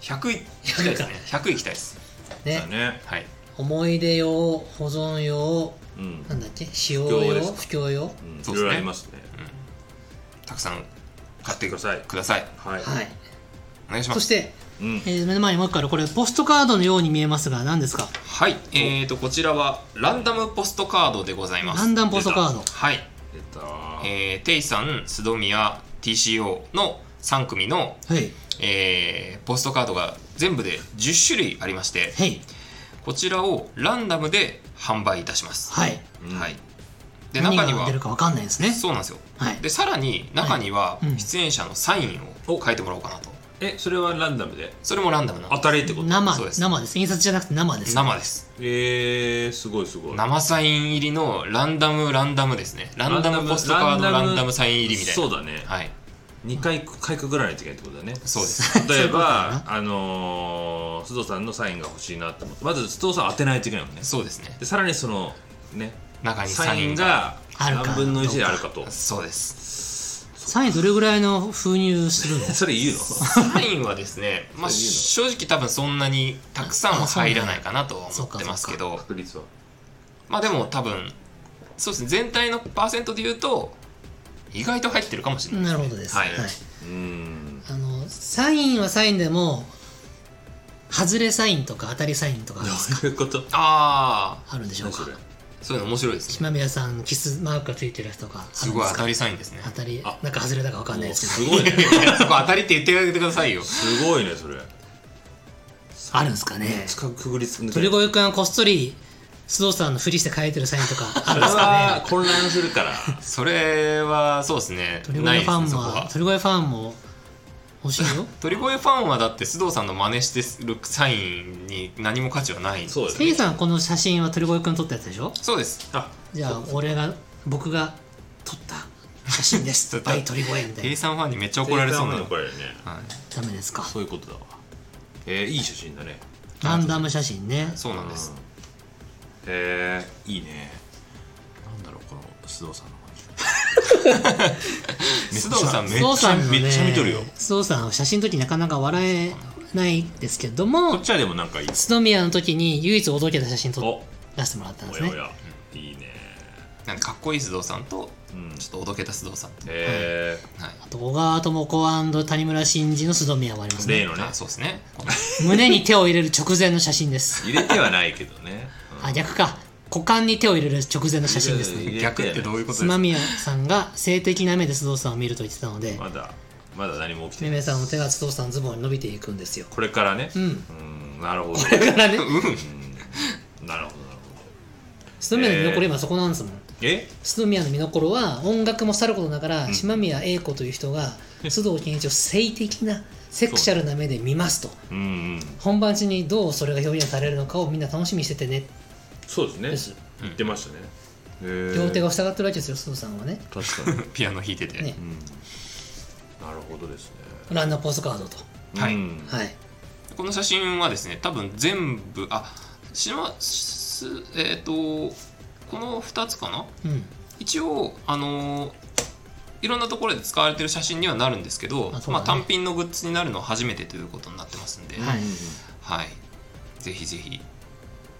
[SPEAKER 3] 100いきたいですね100いきたいです
[SPEAKER 1] ね
[SPEAKER 2] だね
[SPEAKER 3] はい
[SPEAKER 1] 思い出用保存用
[SPEAKER 2] うん
[SPEAKER 1] なんだっけ使用
[SPEAKER 2] 不況
[SPEAKER 1] 用
[SPEAKER 2] ですか
[SPEAKER 1] 不況用
[SPEAKER 2] うん
[SPEAKER 3] そ
[SPEAKER 2] いう
[SPEAKER 3] ですね
[SPEAKER 2] ろいろありますね
[SPEAKER 3] たくさん買ってください
[SPEAKER 2] さい
[SPEAKER 3] ください
[SPEAKER 2] はい
[SPEAKER 1] はい
[SPEAKER 3] お願いしま
[SPEAKER 1] そし
[SPEAKER 3] す
[SPEAKER 1] て、
[SPEAKER 2] うん
[SPEAKER 1] えー目の前にもう一個あるこれポストカードのように見えますが何ですか
[SPEAKER 3] はいえー、とこちらはランダムポストカードでございます
[SPEAKER 1] ランダムポストカード
[SPEAKER 3] はい
[SPEAKER 2] 出た
[SPEAKER 3] えー、テイさん須戸宮 TCO の3組の、
[SPEAKER 1] はい
[SPEAKER 3] えーポストカードが全部で10種類ありまして
[SPEAKER 1] はい
[SPEAKER 3] こちらをランダムで販売いたします
[SPEAKER 1] はい
[SPEAKER 2] うん
[SPEAKER 3] はい、で
[SPEAKER 1] 何
[SPEAKER 3] 中
[SPEAKER 1] が
[SPEAKER 3] には
[SPEAKER 1] 出るかわかんないですね
[SPEAKER 3] そうなんですよ
[SPEAKER 1] はい
[SPEAKER 3] でさらに中に
[SPEAKER 1] は
[SPEAKER 3] は
[SPEAKER 1] いうん
[SPEAKER 3] 出演者のサインを書いてもらおうかなと
[SPEAKER 2] えそれはランダムで
[SPEAKER 3] それもランダムな
[SPEAKER 2] 当たりってこと
[SPEAKER 1] 生
[SPEAKER 3] そうです
[SPEAKER 1] 生です印刷じゃなくて生です
[SPEAKER 3] 生です
[SPEAKER 2] えー、すごいすごい
[SPEAKER 3] 生サイン入りのランダムランダムですねランダムポストカードランダムサイン入りみたいな
[SPEAKER 2] そうだね
[SPEAKER 3] はい
[SPEAKER 2] 2回かいくぐらないといけないってことだね
[SPEAKER 3] そうです
[SPEAKER 2] 例え
[SPEAKER 1] そういう
[SPEAKER 2] ば
[SPEAKER 1] こ
[SPEAKER 2] あのー須藤さんのサインが欲しいなと思ってまず須藤さん当てないといけないもんね
[SPEAKER 3] そうですね
[SPEAKER 2] でさらにそのね
[SPEAKER 3] 中に
[SPEAKER 2] サ
[SPEAKER 3] サイ
[SPEAKER 2] イン
[SPEAKER 3] ンが
[SPEAKER 2] が
[SPEAKER 1] あるか
[SPEAKER 2] 何分の1であるか
[SPEAKER 3] [LAUGHS]
[SPEAKER 2] と
[SPEAKER 3] そうです
[SPEAKER 1] サインどれぐらいの封入するの
[SPEAKER 2] それ言うの
[SPEAKER 3] サインはです [LAUGHS] ね、まあ、
[SPEAKER 2] そういうの
[SPEAKER 3] 正直多分そんなにたくさんは入らないかなとは思ってますけど
[SPEAKER 2] 確率は
[SPEAKER 3] まあでも多分そうですね全体のパーセントで言うと意外と入ってるかもしれない
[SPEAKER 1] なるほどです、
[SPEAKER 3] はい
[SPEAKER 2] うーん
[SPEAKER 1] あのサインはサインでも外れサインとか当たりサインとか
[SPEAKER 2] どういうこと
[SPEAKER 3] ああ
[SPEAKER 1] あるんでしょう
[SPEAKER 2] 何
[SPEAKER 1] か
[SPEAKER 2] それ
[SPEAKER 3] そういうの面白いですね
[SPEAKER 1] 島宮さんキスマークがついてるやつとか
[SPEAKER 3] すごい当た
[SPEAKER 1] り
[SPEAKER 3] りサイン [LAUGHS] ですね
[SPEAKER 1] 当たり
[SPEAKER 2] あ
[SPEAKER 1] なんか外れたかわかんない
[SPEAKER 2] もう
[SPEAKER 1] です
[SPEAKER 2] す
[SPEAKER 1] けど
[SPEAKER 2] ごいね
[SPEAKER 3] い [LAUGHS] やいやそこ当たりって言ってあげてくださいよ
[SPEAKER 2] すごいねそれ
[SPEAKER 1] あるんですかね
[SPEAKER 2] 近くぐりつくんで
[SPEAKER 1] 鳥越くんはこっそり須藤さんのふりして書いてるサインとかあ
[SPEAKER 2] [LAUGHS] あ
[SPEAKER 1] るん
[SPEAKER 2] れ
[SPEAKER 1] ですか
[SPEAKER 2] は
[SPEAKER 1] ね
[SPEAKER 2] 混乱するから
[SPEAKER 3] それはそうですね
[SPEAKER 1] 鳥
[SPEAKER 3] ない
[SPEAKER 1] 越
[SPEAKER 3] で
[SPEAKER 1] ファ
[SPEAKER 3] す
[SPEAKER 1] ン
[SPEAKER 3] ねそこ
[SPEAKER 1] は
[SPEAKER 3] は
[SPEAKER 1] 鳥越ファンも欲しいよ
[SPEAKER 3] 鳥越ファンはだって須藤さんの真似してるサインに何も価値はない
[SPEAKER 2] そうで
[SPEAKER 1] [LAUGHS]
[SPEAKER 2] す
[SPEAKER 1] せいさんはこの写真は鳥越くん撮ったやつでしょ
[SPEAKER 3] そうです
[SPEAKER 2] あ
[SPEAKER 1] じゃあ俺が僕が撮った写真です
[SPEAKER 2] [LAUGHS]
[SPEAKER 1] バイ鳥越みたい
[SPEAKER 3] テ
[SPEAKER 1] な
[SPEAKER 3] イさんファンにめっちゃ怒られそう
[SPEAKER 2] の
[SPEAKER 3] なはい
[SPEAKER 2] これね
[SPEAKER 1] ダメですか
[SPEAKER 2] そういうことだわえー、いい写真だね
[SPEAKER 1] ランダム写真ね
[SPEAKER 3] そうなんです
[SPEAKER 2] へえいいねなんだろうこの須藤さんの感じ
[SPEAKER 3] 須藤さんめっ
[SPEAKER 1] 須藤
[SPEAKER 3] ち
[SPEAKER 1] さ
[SPEAKER 3] ゃ
[SPEAKER 1] んのね
[SPEAKER 2] めっちゃ見とるよ
[SPEAKER 1] 須藤さんは写真の時なかなか笑えないですけど
[SPEAKER 2] こ
[SPEAKER 1] も
[SPEAKER 2] っちはでもなんかいい
[SPEAKER 1] 須宮の時に唯一驚けた写真撮
[SPEAKER 2] お
[SPEAKER 1] らせてもらったんで
[SPEAKER 2] お
[SPEAKER 1] す
[SPEAKER 2] や
[SPEAKER 1] ね
[SPEAKER 2] おやいいね
[SPEAKER 3] なんかかっこいい須藤さんと
[SPEAKER 2] うん
[SPEAKER 3] ちょっとおどけた須藤さんと
[SPEAKER 2] え
[SPEAKER 3] はい
[SPEAKER 1] あと小川智子谷村新司の須宮もあります
[SPEAKER 2] ー、
[SPEAKER 1] ね
[SPEAKER 2] 例のね
[SPEAKER 3] あそうですね
[SPEAKER 1] 胸に手を入れる直前の写真です
[SPEAKER 2] 入れてはないけどね、
[SPEAKER 1] あ逆か股間に手を入れる直前の写真です
[SPEAKER 2] いやい
[SPEAKER 1] ね
[SPEAKER 2] や
[SPEAKER 3] 逆ってどういうこと
[SPEAKER 1] 須
[SPEAKER 3] ですか
[SPEAKER 1] 宮さんが性的な目で須藤さんを見ると言ってたので
[SPEAKER 2] うんまだまだ何も起きて
[SPEAKER 1] め
[SPEAKER 2] ない
[SPEAKER 1] めさんの手が須藤さんのズボンに伸びていくんですよ
[SPEAKER 2] これからね
[SPEAKER 1] うん
[SPEAKER 2] うんなるほど
[SPEAKER 1] だからね
[SPEAKER 2] うんなるほどなるほど
[SPEAKER 1] 須宮の見どころ今そこなんですもん
[SPEAKER 2] え
[SPEAKER 1] 須宮の見どころは音楽もさることながら、島宮英子という人が須藤健一を性的なセクシャルな目で見ますと
[SPEAKER 2] うんうん
[SPEAKER 1] 本番中にどうそれが表現されるのかをみんな楽しみにしててね
[SPEAKER 2] そうですね
[SPEAKER 1] です
[SPEAKER 2] 言ってましたねへー
[SPEAKER 1] 両手が塞がってるわけですよ須藤さんはね
[SPEAKER 2] 確 [LAUGHS] かに
[SPEAKER 3] ピアノ弾いてて
[SPEAKER 1] ね
[SPEAKER 2] うんなるほどですね
[SPEAKER 1] ランナーポストカードと
[SPEAKER 3] はい
[SPEAKER 2] うん
[SPEAKER 1] はい
[SPEAKER 3] この写真はですね多分全部あしますえっ、とこの2つかな
[SPEAKER 1] うん
[SPEAKER 3] 一応あのーいろんなところで使われてる写真にはなるんですけど
[SPEAKER 1] あそうだね
[SPEAKER 3] まあ、単品のグッズになるのは初めてということになってますんで、
[SPEAKER 1] はい
[SPEAKER 2] うん
[SPEAKER 3] はいぜひぜひ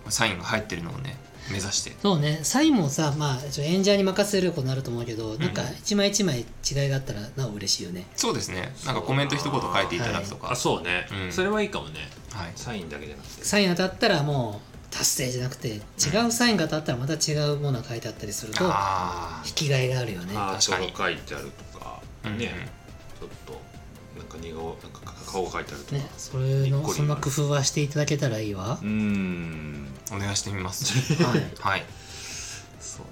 [SPEAKER 3] サインが入ってるのをね目指して
[SPEAKER 1] そうねサインもさ、まあ、ちょ演者に任せることになると思うけど、なんか一枚一枚違いがあったらなお嬉しいよね
[SPEAKER 3] そうですねなんかコメント一言書いていただくとか、は
[SPEAKER 2] あ
[SPEAKER 3] い
[SPEAKER 2] そうね、
[SPEAKER 3] うん
[SPEAKER 2] それはいいかもね
[SPEAKER 3] はい
[SPEAKER 2] サインだけじゃなくて
[SPEAKER 1] サイン当たったらもう達成じゃなくて違うサインが当たったらまた違うものが書いてあったりすると
[SPEAKER 3] あ
[SPEAKER 1] 引きがいがあるよね
[SPEAKER 2] ハ
[SPEAKER 3] 確かに
[SPEAKER 2] ートが書いてあるとか、
[SPEAKER 3] うんうん
[SPEAKER 2] ねちょっとなんか似顔なんか顔が書いてあるとか、
[SPEAKER 1] ねそれ
[SPEAKER 2] にっこ
[SPEAKER 1] の
[SPEAKER 2] り
[SPEAKER 1] そんな工夫はしていただけたらいいわ
[SPEAKER 2] うーん
[SPEAKER 3] ーお願いしてみます
[SPEAKER 1] [LAUGHS] はい
[SPEAKER 3] はい
[SPEAKER 2] そうね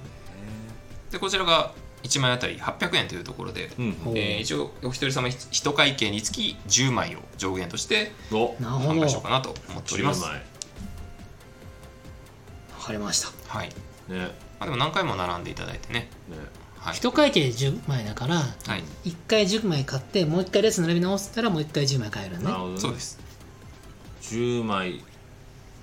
[SPEAKER 3] でこちらが1枚あたり800円というところで、
[SPEAKER 2] うん
[SPEAKER 1] お
[SPEAKER 3] えー一応お一人様一会計につき10枚を上限として
[SPEAKER 2] お
[SPEAKER 1] なるほ
[SPEAKER 3] 販
[SPEAKER 1] ど
[SPEAKER 3] 売
[SPEAKER 1] わ
[SPEAKER 3] しようかなと思っております
[SPEAKER 2] 10枚
[SPEAKER 1] かりました
[SPEAKER 3] はい
[SPEAKER 2] ね
[SPEAKER 3] まあ、でも何回も並んでいただいてね、
[SPEAKER 2] ね
[SPEAKER 3] はい
[SPEAKER 1] 一会計10枚だから
[SPEAKER 3] はい、
[SPEAKER 1] 1回10枚買ってもう1回列並び直したらもう1回10枚買えるね
[SPEAKER 2] なるほどね
[SPEAKER 3] そうです
[SPEAKER 2] 10枚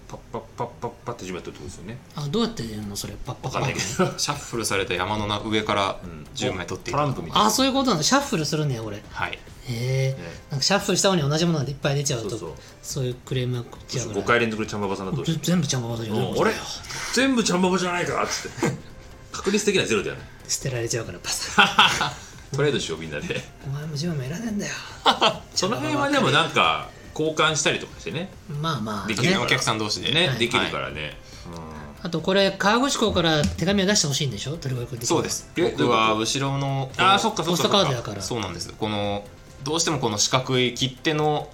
[SPEAKER 2] パッパッパッパッパッって10枚取ってことですよね
[SPEAKER 1] あどうやってやるのそれパッパ
[SPEAKER 2] わ
[SPEAKER 1] カ
[SPEAKER 2] かんないけど
[SPEAKER 3] [LAUGHS] シャッフルされた山のな上から
[SPEAKER 2] うん
[SPEAKER 3] 10枚取ってい
[SPEAKER 2] トランプみたいな
[SPEAKER 1] あそういうことなんだシャッフルするね俺へ
[SPEAKER 3] はい
[SPEAKER 1] え
[SPEAKER 2] ね
[SPEAKER 1] なんかシャッフルした方に同じものがいっぱい出ちゃう
[SPEAKER 2] そ
[SPEAKER 1] と
[SPEAKER 2] う
[SPEAKER 1] そう
[SPEAKER 2] そう
[SPEAKER 1] いうクレームが来ちゃう
[SPEAKER 2] 5
[SPEAKER 1] から
[SPEAKER 2] 回連続でチャンババさんだと
[SPEAKER 1] ぜ全部ちゃんと渡るよ
[SPEAKER 2] 俺全部チャンババじゃないかっつ [LAUGHS] って確率的にはゼロだよね
[SPEAKER 1] 捨てられちゃうからパ
[SPEAKER 2] [LAUGHS]
[SPEAKER 1] サッ
[SPEAKER 2] トレードしようみんなで
[SPEAKER 1] お前も10枚選べんだよ
[SPEAKER 2] [LAUGHS] その辺はでもなんか交換したりとかしてね
[SPEAKER 1] まあまあ
[SPEAKER 2] できる
[SPEAKER 1] ね
[SPEAKER 2] よ
[SPEAKER 3] お客さん同士で
[SPEAKER 2] ね、
[SPEAKER 1] はい
[SPEAKER 2] できるからね、
[SPEAKER 1] あとこれ川口港から手紙を出してほしいんでしょ鳥越君的に
[SPEAKER 3] そうです
[SPEAKER 2] えどういう
[SPEAKER 3] 僕
[SPEAKER 2] こと
[SPEAKER 3] は後ろのこの
[SPEAKER 2] あーそっかそ
[SPEAKER 1] ポ
[SPEAKER 2] っ
[SPEAKER 1] ス
[SPEAKER 2] か
[SPEAKER 1] トカード
[SPEAKER 2] そっ
[SPEAKER 1] やから
[SPEAKER 3] そうなんですこのどうしてもこの四角い切手の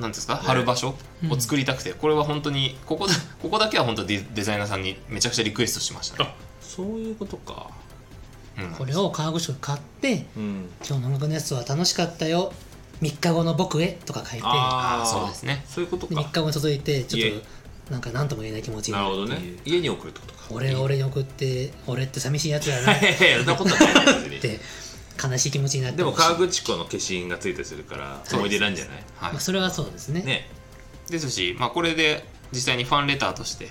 [SPEAKER 3] なんですか貼る場所を作りたくて、これは本当にここだここだけは本当デデザイナーさんにめちゃくちゃリクエストしましたね
[SPEAKER 2] あ、そういうことか
[SPEAKER 3] うん
[SPEAKER 1] これを川口港買って
[SPEAKER 2] うん
[SPEAKER 1] 「今日の音楽のやつは楽しかったよ3日後の僕へ」とか書いて
[SPEAKER 2] あー
[SPEAKER 3] あそうですね
[SPEAKER 2] そういうこと
[SPEAKER 1] で3日
[SPEAKER 2] か
[SPEAKER 1] 後に届いてちょっ
[SPEAKER 2] 家
[SPEAKER 1] となんか何とも言えない気持ちに
[SPEAKER 2] な
[SPEAKER 1] な
[SPEAKER 2] るほ
[SPEAKER 1] る
[SPEAKER 2] ど
[SPEAKER 1] って
[SPEAKER 2] ね
[SPEAKER 1] いう
[SPEAKER 2] 家に送るってことか
[SPEAKER 1] 俺が俺に送って俺って寂しいやつやなっ
[SPEAKER 2] いやいやそんなことはないよ別 [LAUGHS] に
[SPEAKER 1] て悲しい気持ちになって
[SPEAKER 2] でも
[SPEAKER 1] ほしい
[SPEAKER 2] 河口湖の化身がついたりするから
[SPEAKER 3] そう
[SPEAKER 2] 思い出なんじゃない
[SPEAKER 3] は
[SPEAKER 1] まあそれはそうですね
[SPEAKER 2] ね
[SPEAKER 3] い、ですし、まあ、これで実際にファンレターとして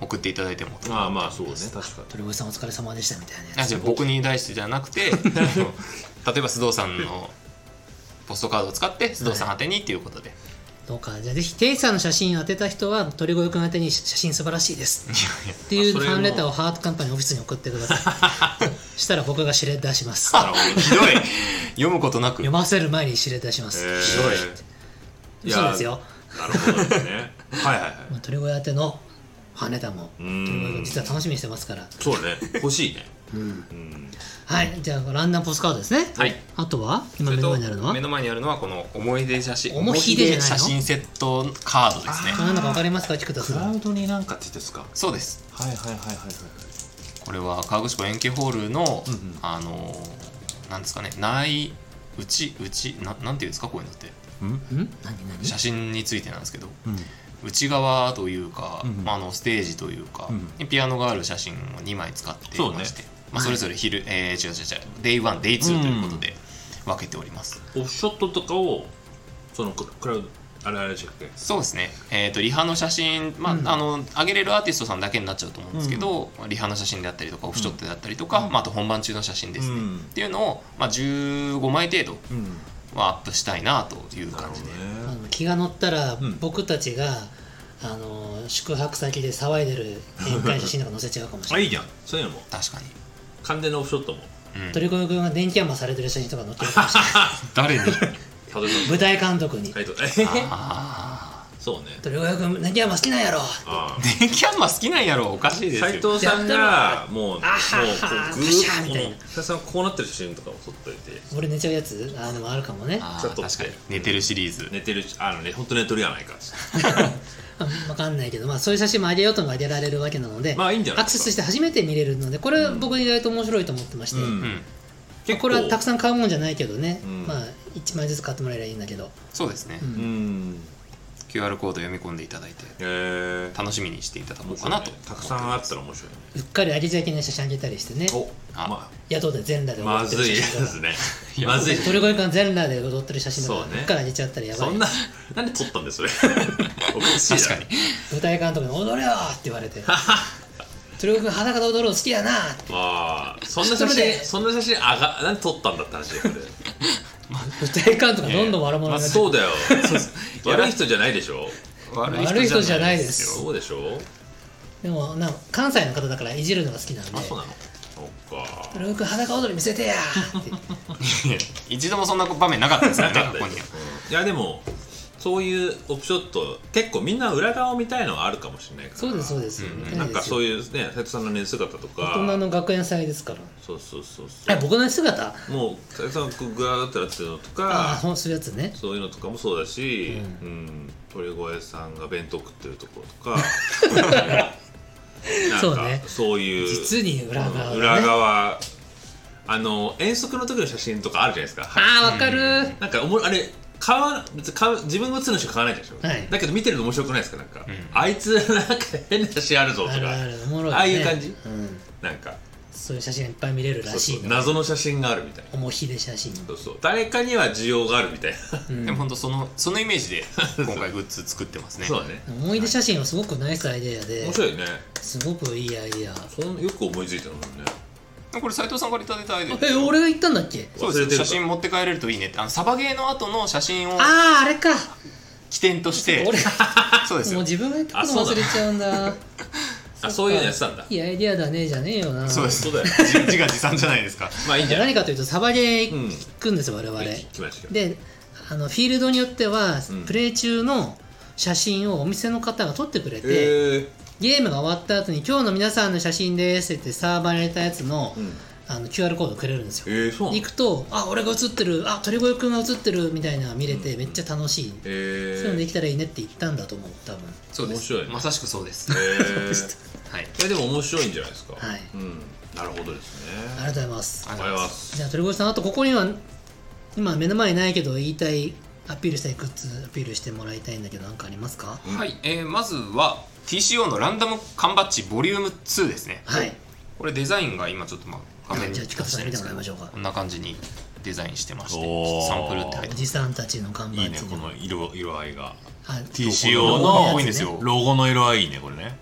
[SPEAKER 3] 送っていただいてもと
[SPEAKER 2] まあまあそうね確かに
[SPEAKER 1] 鳥越さんお疲れ様でしたみたいな
[SPEAKER 3] あ
[SPEAKER 1] や
[SPEAKER 3] じ
[SPEAKER 1] つ
[SPEAKER 3] ゃあ僕に対してじゃなくてあの例えば須藤さんのポストカードを使って須藤さん宛てにっていうことで、
[SPEAKER 1] どうかじゃあぜひテイさんの写真当てた人は鳥越くん宛てに写真素晴らしいです
[SPEAKER 3] いやい
[SPEAKER 1] っていう
[SPEAKER 2] あそ
[SPEAKER 1] フ
[SPEAKER 2] れも
[SPEAKER 1] ァンレターをハートカンパニーオフィスに送ってくださいしたら僕が指令出します
[SPEAKER 2] なるほどね
[SPEAKER 3] やひ
[SPEAKER 2] [LAUGHS]
[SPEAKER 3] どい [LAUGHS] 読むことなく
[SPEAKER 1] 読ませる前に指令出します、
[SPEAKER 2] えーいや
[SPEAKER 1] そうですよ
[SPEAKER 2] なるほどですねはいはいはい
[SPEAKER 1] まあ鳥越宛てのファンレターも
[SPEAKER 2] う
[SPEAKER 1] 鳥
[SPEAKER 2] ーん
[SPEAKER 1] 越くん実は楽しみにしてますから
[SPEAKER 2] そうね欲しいね
[SPEAKER 1] うん
[SPEAKER 2] うん
[SPEAKER 1] はいじゃあランダムポスカードですね
[SPEAKER 3] はい
[SPEAKER 1] あとは
[SPEAKER 3] そ
[SPEAKER 1] 今
[SPEAKER 3] れ
[SPEAKER 1] 目の
[SPEAKER 3] と
[SPEAKER 1] 前にあるのは
[SPEAKER 3] 目の前にあるのはこの思い出写真
[SPEAKER 1] 思い出じゃないの
[SPEAKER 3] 写真セットカードですね
[SPEAKER 1] これなんだかわかりますか菊田
[SPEAKER 2] ク
[SPEAKER 1] さ
[SPEAKER 2] ラ
[SPEAKER 1] ん
[SPEAKER 2] ウドになんかついてですか
[SPEAKER 3] そうです
[SPEAKER 2] はいはいはいはいはい
[SPEAKER 3] これは河口湖円形ホールの、
[SPEAKER 2] うんうん
[SPEAKER 3] あのなんですかね内うちうちななんていうんですかこういうのって
[SPEAKER 2] うん
[SPEAKER 1] ん何何
[SPEAKER 3] 写真についてなんですけど
[SPEAKER 2] うん
[SPEAKER 3] 内側というか、
[SPEAKER 2] うんうん
[SPEAKER 3] まあ、あのステージというか、
[SPEAKER 2] う
[SPEAKER 3] ピアノがある写真を2枚使っていまして、
[SPEAKER 2] そう
[SPEAKER 3] まあ、それぞれ昼、えー違う違う違うデイ1デイ2ということで分けております、
[SPEAKER 2] オフショットとかをそのククラウドあれあれでしたっけ
[SPEAKER 3] そうですね、えー、とリハの写真、まあ
[SPEAKER 1] うん
[SPEAKER 3] あの上げれるアーティストさんだけになっちゃうと思うんですけど、まあリハの写真であったりとかオフショットであったりとか、まあ、あと本番中の写真ですね、
[SPEAKER 2] うん
[SPEAKER 3] っていうのを、まあ、15枚程度
[SPEAKER 2] うん
[SPEAKER 3] はアップしたいなという感じで、
[SPEAKER 1] あの気が乗ったら
[SPEAKER 2] ん
[SPEAKER 1] 僕たちが、あの宿泊先で騒いでる宴会写真とか載せちゃうかもしれ
[SPEAKER 2] あ
[SPEAKER 1] ない
[SPEAKER 2] いいじゃんそういうのも
[SPEAKER 3] 確かに、
[SPEAKER 2] 完全なオフショ [LAUGHS] ットも
[SPEAKER 3] うん
[SPEAKER 1] い鳥越君が電気アンマされてる写真とか載ってるかもしれない
[SPEAKER 3] 誰に
[SPEAKER 2] たどり
[SPEAKER 1] 舞台監督に
[SPEAKER 2] はいとえ
[SPEAKER 3] [LAUGHS] あ
[SPEAKER 2] [LAUGHS] そうね
[SPEAKER 1] 鳥越君電気アンマ好きなんやろ
[SPEAKER 2] あ
[SPEAKER 3] ー電気あんま好きなんやろおかしいですよ
[SPEAKER 2] 斎藤さんがもうもうこう
[SPEAKER 1] あはは
[SPEAKER 2] グー
[SPEAKER 1] パシャー
[SPEAKER 2] ッ
[SPEAKER 1] み
[SPEAKER 2] こ
[SPEAKER 1] たいな
[SPEAKER 2] の斎藤さんがこうなってる写真とかも撮っといて
[SPEAKER 1] 俺寝ちゃうやつあーでもあるかもね
[SPEAKER 3] あ
[SPEAKER 2] ちょっ
[SPEAKER 3] ー
[SPEAKER 2] と
[SPEAKER 3] 確かに寝てるシリーズ、
[SPEAKER 2] 寝てるあのね本当寝とるやないかっつって
[SPEAKER 1] 分かんないけど、まあ、そういう写真もあげようともあげられるわけなので,、
[SPEAKER 2] まあいいんじゃない
[SPEAKER 1] ア
[SPEAKER 2] で
[SPEAKER 1] ク
[SPEAKER 2] す
[SPEAKER 1] セ
[SPEAKER 2] か
[SPEAKER 1] スして初めて見れるのでこれは僕意外と面白いと思ってまして、
[SPEAKER 2] うん
[SPEAKER 3] うん、
[SPEAKER 1] まあこれはたくさん買うもんじゃないけどね、
[SPEAKER 2] うん
[SPEAKER 1] まあ1枚ずつ買ってもらえればいいんだけど、
[SPEAKER 3] そうですね、
[SPEAKER 1] うん
[SPEAKER 2] うん
[SPEAKER 3] QR コード読み込んでいただいて
[SPEAKER 2] えー
[SPEAKER 3] 楽しみにしていただこうかなと、
[SPEAKER 2] たくさんあったら面白いね
[SPEAKER 1] うっかりあげちゃいけない写真あげたりしてね
[SPEAKER 2] お
[SPEAKER 3] あ
[SPEAKER 2] ま
[SPEAKER 1] 宿で全裸で
[SPEAKER 2] あまずいで
[SPEAKER 1] 写真とか
[SPEAKER 2] すね
[SPEAKER 3] いや
[SPEAKER 2] まずい
[SPEAKER 1] 鳥越君全裸で踊ってる写真と
[SPEAKER 2] そ
[SPEAKER 1] か
[SPEAKER 2] うね
[SPEAKER 1] うっかりあげちゃったらやば
[SPEAKER 2] そ
[SPEAKER 1] い
[SPEAKER 2] んななんで撮ったんですそれおかしい
[SPEAKER 3] 確かに
[SPEAKER 1] 舞台監督に「踊れよ!」って言われて
[SPEAKER 2] [LAUGHS]
[SPEAKER 1] 「鳥越君裸で踊るの好きやな!」って
[SPEAKER 2] ああそんな写
[SPEAKER 1] それ
[SPEAKER 2] 真
[SPEAKER 1] で
[SPEAKER 2] そんな写真あがなんで撮ったんだって話だよこれ
[SPEAKER 1] 舞台監督がどんどん悪者
[SPEAKER 2] まあ
[SPEAKER 1] になって
[SPEAKER 2] そうだよ [LAUGHS] 悪い人じゃないでしょ
[SPEAKER 1] 悪い人じゃないです
[SPEAKER 2] そうでしょ
[SPEAKER 1] でもなんか関西の方だからいじるのが好きなんで
[SPEAKER 2] あそうなのそっか
[SPEAKER 1] ルーク裸踊り見せてやーって
[SPEAKER 3] 一度もそんな場面なかったですよ
[SPEAKER 2] [LAUGHS]
[SPEAKER 3] ね
[SPEAKER 2] なかっ
[SPEAKER 3] こ
[SPEAKER 2] た
[SPEAKER 3] こ
[SPEAKER 2] よ
[SPEAKER 3] には。
[SPEAKER 2] いやでもそういうオプショット結構みんな裏側を見たいのはあるかもしれないから
[SPEAKER 1] そうですそうです、
[SPEAKER 3] うん
[SPEAKER 2] なんかそう
[SPEAKER 1] いう
[SPEAKER 2] いうね斉藤さんの寝姿とか
[SPEAKER 1] 大人の学園祭ですから
[SPEAKER 2] そうそうそうそ
[SPEAKER 1] え
[SPEAKER 2] う
[SPEAKER 1] 僕の姿
[SPEAKER 2] もう斉藤さんがグラだったらっていうのと
[SPEAKER 1] ああ
[SPEAKER 2] か
[SPEAKER 1] そうするやつね
[SPEAKER 2] そういうのとかもそうだし、
[SPEAKER 1] う
[SPEAKER 2] うん鳥越さんが弁当食ってるところと
[SPEAKER 1] [LAUGHS]
[SPEAKER 2] かな
[SPEAKER 1] そ
[SPEAKER 2] ん
[SPEAKER 1] う
[SPEAKER 2] か
[SPEAKER 1] ね
[SPEAKER 2] そういう
[SPEAKER 1] 実に裏側だね
[SPEAKER 2] うん裏側あの遠足の時の写真とかあるじゃないですか
[SPEAKER 1] ああわかるー
[SPEAKER 2] なんかおもあれ買わ別に買う自分が写るのしか買わないでしょ、
[SPEAKER 1] はい
[SPEAKER 2] だけど見てるの面白くないですかなんか、
[SPEAKER 3] うん
[SPEAKER 2] あいつなんか変な写真あるぞと
[SPEAKER 1] あるあ
[SPEAKER 2] か
[SPEAKER 1] るおもろい、ね、
[SPEAKER 2] ああいう感じ
[SPEAKER 1] うん、
[SPEAKER 2] なんか
[SPEAKER 1] そういう写真がいっぱい見れるら
[SPEAKER 2] そう
[SPEAKER 1] し
[SPEAKER 2] そ
[SPEAKER 1] いうの
[SPEAKER 2] 謎の写真があるみたいな
[SPEAKER 1] おもひで写真、
[SPEAKER 2] そうそう誰かには需要があるみたいな、
[SPEAKER 1] うん
[SPEAKER 3] でも本当そのそのイメージで今回グッズ作ってます
[SPEAKER 2] [LAUGHS]
[SPEAKER 3] ね。
[SPEAKER 2] そうだね
[SPEAKER 1] 思い出写真はすごくナイスアイデアで
[SPEAKER 2] 面白いね
[SPEAKER 1] すごくいいアイデア
[SPEAKER 2] そんよく思いついたのもね
[SPEAKER 3] これ斉藤さんからいただいたアイデアです
[SPEAKER 1] え俺が言ったんだっけ
[SPEAKER 3] そう
[SPEAKER 2] 忘れ
[SPEAKER 3] で
[SPEAKER 2] て
[SPEAKER 3] す
[SPEAKER 2] る
[SPEAKER 3] 写真持って帰れるといいねってあのサバゲーの後の写真を
[SPEAKER 1] あああれか
[SPEAKER 3] 起点として
[SPEAKER 1] 俺
[SPEAKER 3] そうです
[SPEAKER 1] もう
[SPEAKER 3] よ
[SPEAKER 1] 自分が言ったこと忘れちゃうんだ
[SPEAKER 2] [LAUGHS] あそういうのやってたんだ
[SPEAKER 1] いいアイデアだねじゃねえよな
[SPEAKER 3] そうです
[SPEAKER 2] そうだよ
[SPEAKER 3] 自自画自賛じゃないですか
[SPEAKER 2] [LAUGHS] まあいいんじゃない
[SPEAKER 1] 何かというとサバゲー
[SPEAKER 2] うん
[SPEAKER 1] 行くんですよ、我々
[SPEAKER 2] はい来ましたよ
[SPEAKER 1] であのフィールドによっては、
[SPEAKER 2] うん
[SPEAKER 1] プレイ中の写真をお店の方が撮ってくれ
[SPEAKER 2] え
[SPEAKER 1] て、
[SPEAKER 2] ー
[SPEAKER 1] ゲームが終わった後に「今日の皆さんの写真です」って言ってサーバーに入れたやつの,、
[SPEAKER 2] うん、
[SPEAKER 1] あの QR コードくれるんですよ
[SPEAKER 2] えー、そうな
[SPEAKER 1] 行
[SPEAKER 2] の
[SPEAKER 1] くと「あ俺が写ってるあ鳥越くんが写ってる」みたいなのが見れてめっちゃ楽しい、
[SPEAKER 2] え
[SPEAKER 1] そういうので
[SPEAKER 2] ー、
[SPEAKER 1] きたらいいねって言ったんだと思う多分
[SPEAKER 3] そうです
[SPEAKER 2] 面白いね
[SPEAKER 3] まさしくそうです
[SPEAKER 2] え [LAUGHS] ー、
[SPEAKER 3] はい
[SPEAKER 2] いやでも面白いんじゃないですか
[SPEAKER 1] はい
[SPEAKER 2] うん、なるほどですね
[SPEAKER 1] ありがとうございます
[SPEAKER 3] あ
[SPEAKER 2] あ
[SPEAKER 3] り
[SPEAKER 2] り
[SPEAKER 3] が
[SPEAKER 2] が
[SPEAKER 3] と
[SPEAKER 2] と
[SPEAKER 3] う
[SPEAKER 2] う
[SPEAKER 3] ご
[SPEAKER 2] ござ
[SPEAKER 3] ざ
[SPEAKER 1] じゃあ鳥越さん
[SPEAKER 2] います
[SPEAKER 3] いま
[SPEAKER 1] あとここには今目の前にないけど言いたいアピールしたいグッズアピールしてもらいたいんだけど何かありますか
[SPEAKER 2] うん
[SPEAKER 3] はい、えーまずは TCO のランダム缶バッジボリューム2ですね
[SPEAKER 1] はい
[SPEAKER 3] これデザインが今ちょっとまあ画面に
[SPEAKER 1] じゃあ近くさん見てもらいましょうか
[SPEAKER 3] こんな感じにデザインしてまして
[SPEAKER 2] おー
[SPEAKER 3] サンプルって入っ
[SPEAKER 1] お
[SPEAKER 3] て
[SPEAKER 1] じさんたちの看板
[SPEAKER 2] いいね
[SPEAKER 1] つ
[SPEAKER 2] この色色合いが
[SPEAKER 1] あ
[SPEAKER 2] TCO
[SPEAKER 1] の
[SPEAKER 3] 多いんですよ
[SPEAKER 2] ロゴの色合いいねこれね、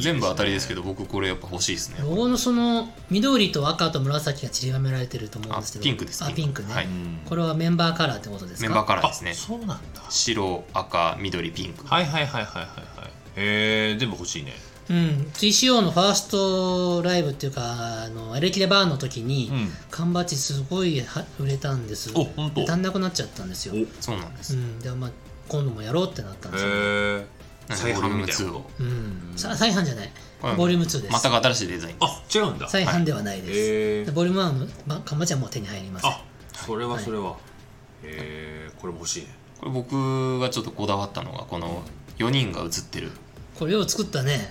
[SPEAKER 3] 全部当たりですけど僕これやっぱ欲しいですね
[SPEAKER 1] ロゴのその緑と赤と紫が散りばめられてると思うん
[SPEAKER 3] あ
[SPEAKER 1] ですけど
[SPEAKER 3] ピンクです
[SPEAKER 1] あピンクね、
[SPEAKER 3] はい
[SPEAKER 2] うん
[SPEAKER 1] これはメンバーカラーってことですか
[SPEAKER 3] メンバーカラーですね
[SPEAKER 2] あそうなんだ
[SPEAKER 3] 白赤緑ピンク
[SPEAKER 2] はいはいはいはいはいはいえー、全部欲しいね
[SPEAKER 1] うん、TCO のファーストライブっていうかあのエレキレバーンの時に、
[SPEAKER 2] うん
[SPEAKER 1] 缶バッジすごいは売れたんです
[SPEAKER 2] おほんと
[SPEAKER 1] で足んなくなっちゃったんですよ、
[SPEAKER 3] そうなんです
[SPEAKER 1] うん、でまあ今度もやろうってなったん
[SPEAKER 2] え
[SPEAKER 1] ですよ、
[SPEAKER 2] ー、再販みたいな
[SPEAKER 3] ボリューム2を
[SPEAKER 1] うん、さ再販じゃない
[SPEAKER 3] これ
[SPEAKER 1] ボリューム2です、
[SPEAKER 3] 全く新しいデザイン
[SPEAKER 2] あ違うんだ
[SPEAKER 1] 再販ではないです、
[SPEAKER 2] え
[SPEAKER 1] で
[SPEAKER 2] ー、
[SPEAKER 1] ボリューム1のま缶バッジはもう手に入ります
[SPEAKER 2] あそれはそれは、えー、これも欲しいね
[SPEAKER 3] これ僕がちょっとこだわったのがこの4人が写ってる
[SPEAKER 1] これを作ったね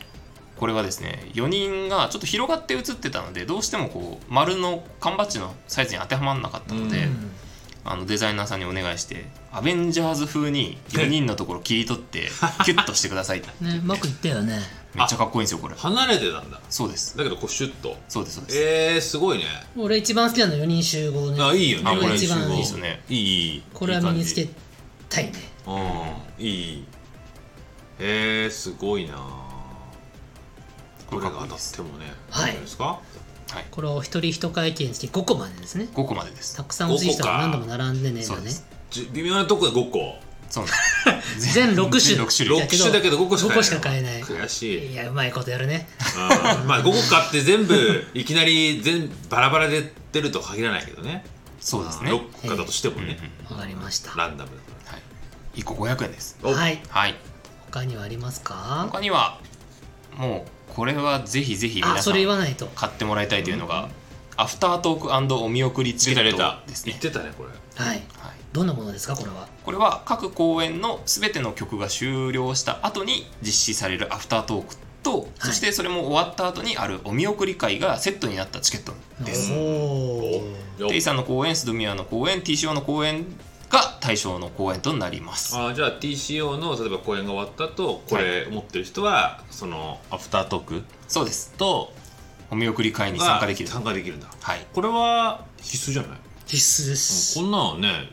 [SPEAKER 3] これはですね4人がちょっと広がって写ってたのでどうしてもこう丸の缶バッジのサイズに当てはまらなかったので、
[SPEAKER 2] え
[SPEAKER 1] うん
[SPEAKER 3] あのデザイナーさんにお願いしてアベンジャーズ風に4人のところ切り取ってキュッとしてください
[SPEAKER 1] [LAUGHS]
[SPEAKER 3] って言っ
[SPEAKER 1] ね
[SPEAKER 3] て
[SPEAKER 1] うまくいったよね
[SPEAKER 3] めっちゃかっこいいんですよこれ
[SPEAKER 2] 離れてたんだ
[SPEAKER 3] そうです
[SPEAKER 2] だけどこうシュッと
[SPEAKER 3] そうですそうです、
[SPEAKER 2] えー、すごいね
[SPEAKER 1] 俺一番好きなの4人集合ね
[SPEAKER 2] あいいよね
[SPEAKER 1] これが
[SPEAKER 2] これ
[SPEAKER 1] 一番
[SPEAKER 2] 集合
[SPEAKER 3] いい
[SPEAKER 1] いい
[SPEAKER 3] ですよね
[SPEAKER 2] いいいい
[SPEAKER 1] これは身につ
[SPEAKER 2] い
[SPEAKER 1] け
[SPEAKER 2] い
[SPEAKER 1] たいね
[SPEAKER 2] 感じうんいいえー、すごいなこれが当たってもね
[SPEAKER 1] はい
[SPEAKER 2] いいんじゃないですか
[SPEAKER 3] はい、
[SPEAKER 1] これを一人一回転して5個までですね
[SPEAKER 3] 5個までです
[SPEAKER 1] たくさん写したら何度も並んでね
[SPEAKER 3] そ
[SPEAKER 1] 今
[SPEAKER 3] うで
[SPEAKER 1] ね
[SPEAKER 3] す
[SPEAKER 2] じ微妙なとこで5個
[SPEAKER 3] そうなんで
[SPEAKER 1] [LAUGHS]
[SPEAKER 3] す
[SPEAKER 1] 全六種
[SPEAKER 3] 全六種類
[SPEAKER 1] 六
[SPEAKER 2] 6種だけど5個しか
[SPEAKER 1] 5個しか買えない
[SPEAKER 2] 悔しい
[SPEAKER 1] いやうまいことやるね
[SPEAKER 2] あーまあ5個買って全部いきなり全バラバラで出るとは限らないけどね
[SPEAKER 3] そうですね、
[SPEAKER 2] 6個買ったとしてもね
[SPEAKER 3] うんうん
[SPEAKER 1] わかりました
[SPEAKER 2] ランダムだか
[SPEAKER 3] はい、1個500円です
[SPEAKER 2] らお
[SPEAKER 1] はい
[SPEAKER 3] はい
[SPEAKER 1] 他にはありますか
[SPEAKER 3] 他にはもうこれはぜひぜひ
[SPEAKER 1] あ
[SPEAKER 3] 皆さ
[SPEAKER 1] そ
[SPEAKER 3] ん
[SPEAKER 1] れ言わないと
[SPEAKER 3] 買ってもらいたいというのが、アフタートークお見送りチ
[SPEAKER 2] 出た出
[SPEAKER 3] ケッ
[SPEAKER 2] た
[SPEAKER 3] トです
[SPEAKER 2] 言
[SPEAKER 3] ね
[SPEAKER 2] っ、てたねこれ
[SPEAKER 1] はい
[SPEAKER 3] はい、
[SPEAKER 1] どんなものですかこれは
[SPEAKER 3] これは各公演の全ての曲が終了した後に実施されるアフタートークと、そしてそれも終わった後にあるお見送り会がセットになったチケットです
[SPEAKER 1] おお
[SPEAKER 2] よ
[SPEAKER 3] テイさんの公演スドミアの公演 TCO の公演が対象の公演となります
[SPEAKER 2] あーじゃあ TCO の例えば公演が終わったとこれ持ってる人はそのアフタートーク
[SPEAKER 3] そうです
[SPEAKER 2] と
[SPEAKER 3] お見送り会に参加できる
[SPEAKER 2] 参加できるんだ
[SPEAKER 3] はい
[SPEAKER 2] これは必須じゃない
[SPEAKER 1] 必須です
[SPEAKER 2] こんなのね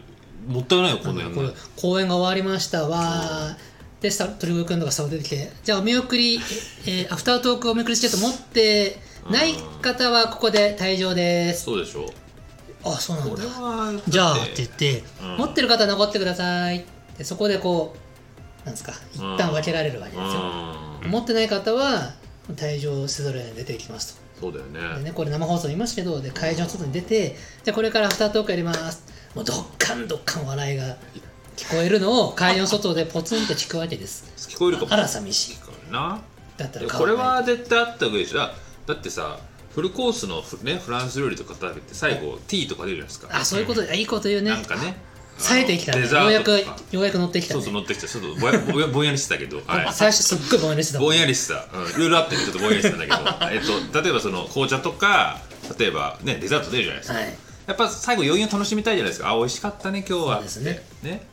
[SPEAKER 2] もったいないよこんな
[SPEAKER 1] あ
[SPEAKER 2] の
[SPEAKER 1] のこれ公演が終わりましたわーでさ鳥越くんとかさ出てきてじゃあお見送り、えーアフタートークお見送りチケット持ってない方はここで退場です
[SPEAKER 2] そうでしょ
[SPEAKER 1] あそうなん
[SPEAKER 2] こ
[SPEAKER 1] だ
[SPEAKER 2] れは
[SPEAKER 1] じゃあ
[SPEAKER 2] だ
[SPEAKER 1] って言って、
[SPEAKER 2] うん
[SPEAKER 1] 持ってる方は残ってくださいでそこでこうなんですか一旦分けられるわけですよ、
[SPEAKER 2] うん
[SPEAKER 1] 持ってない方は退場せざるを得ない出ていきます
[SPEAKER 2] そうだよ
[SPEAKER 1] と
[SPEAKER 2] ね
[SPEAKER 1] でねこれ生放送見ましたけどで会場の外に出てじゃあこれからアフタートークやりますもうドッカンドッカン笑いが聞こえるのを会場の外でポツンと聞くわけです
[SPEAKER 2] 聞こえるかも
[SPEAKER 1] あら寂しい
[SPEAKER 2] な
[SPEAKER 1] だったら
[SPEAKER 2] いや
[SPEAKER 1] 買
[SPEAKER 2] こ
[SPEAKER 1] わ
[SPEAKER 2] れ
[SPEAKER 1] ない
[SPEAKER 2] は絶対あったわけでしょあだってさフルコースのフ,、ね、フランス料理とか食べて最後ティーとか出るじゃないですか
[SPEAKER 1] あそういうこといやいいこと言うね
[SPEAKER 2] なんかね
[SPEAKER 1] 冴えてきた
[SPEAKER 2] あの
[SPEAKER 1] ね
[SPEAKER 2] デザ
[SPEAKER 1] ようや
[SPEAKER 2] ー
[SPEAKER 1] く
[SPEAKER 2] トとか
[SPEAKER 1] ようやく乗ってきた
[SPEAKER 2] そ
[SPEAKER 1] ね
[SPEAKER 2] うそう乗ってきたちょっとぼやぼやぼんやりしてた
[SPEAKER 1] [LAUGHS]
[SPEAKER 2] けど、はい、
[SPEAKER 1] 最初すっごいぼんやりしてたも
[SPEAKER 2] ぼ
[SPEAKER 1] ん
[SPEAKER 2] んやりした、うん、いろいろあってちょっとぼんやりしたんだけ
[SPEAKER 1] [LAUGHS]
[SPEAKER 2] どえっと例えばその紅茶とか例えばねデザート出るじゃないですか、
[SPEAKER 1] はい
[SPEAKER 2] やっぱ最後余韻を楽しみたいじゃないですかあ美味しかったね今日は
[SPEAKER 1] そうです
[SPEAKER 2] ね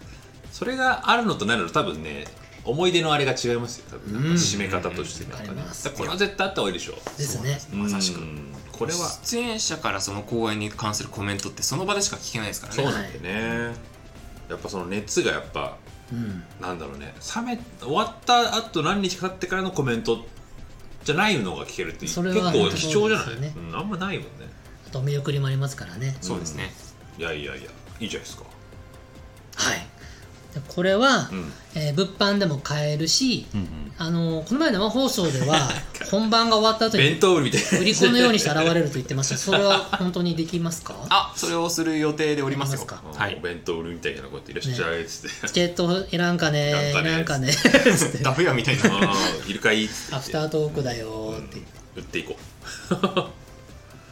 [SPEAKER 2] それがあるのとないのと多分ね思い出のあれが違いますよ多分なんか
[SPEAKER 1] うん
[SPEAKER 2] 締め方としてなんか
[SPEAKER 1] あり
[SPEAKER 2] ね
[SPEAKER 1] ます
[SPEAKER 2] だからこれは絶対あった方がいいでしょう
[SPEAKER 1] ですね
[SPEAKER 3] まさしく
[SPEAKER 2] うんこれはそ
[SPEAKER 3] 出演者からその公演に関するコメントってその場でしか聞けないですから
[SPEAKER 2] う
[SPEAKER 3] ね
[SPEAKER 2] なんだよねやっぱその熱がやっぱ
[SPEAKER 1] うん
[SPEAKER 2] なんだろうね冷め終わったあと何日か経ってからのコメントじゃないのが聞けるって結
[SPEAKER 1] それは
[SPEAKER 2] 構貴重じゃな
[SPEAKER 1] そう
[SPEAKER 2] い、
[SPEAKER 1] ですよね
[SPEAKER 2] うんあんまないもんね
[SPEAKER 1] あとお見送りもありますからね
[SPEAKER 3] そうですね
[SPEAKER 2] いやいやいやいいじゃないですか
[SPEAKER 1] はいでこれは、
[SPEAKER 2] うん
[SPEAKER 1] えー物販でも買えるし、
[SPEAKER 2] うん
[SPEAKER 1] あのーこの前の生放送で
[SPEAKER 2] [LAUGHS]
[SPEAKER 1] は本番が終わった後
[SPEAKER 2] 弁
[SPEAKER 1] に
[SPEAKER 2] 当売りみたいな
[SPEAKER 1] 売り子のようにして現れると言ってましたそれは本当にできますか
[SPEAKER 3] あそれをする予定でおりますよ
[SPEAKER 1] おります
[SPEAKER 2] うん [LAUGHS]
[SPEAKER 3] は
[SPEAKER 2] お
[SPEAKER 3] い
[SPEAKER 2] 弁当売るみたいなこうやっていらっしゃいっつって、 [LAUGHS]
[SPEAKER 1] チケットいらんかね
[SPEAKER 2] い
[SPEAKER 1] い
[SPEAKER 2] ら
[SPEAKER 1] ら
[SPEAKER 2] ん
[SPEAKER 1] ん
[SPEAKER 2] か
[SPEAKER 1] か
[SPEAKER 2] ね
[SPEAKER 1] ね [LAUGHS] つって
[SPEAKER 3] ダフ屋みたいな
[SPEAKER 2] うんいるかいっつ
[SPEAKER 1] ア
[SPEAKER 2] っ
[SPEAKER 1] フ
[SPEAKER 2] て
[SPEAKER 1] タートークだよーって言って
[SPEAKER 2] 売っていこ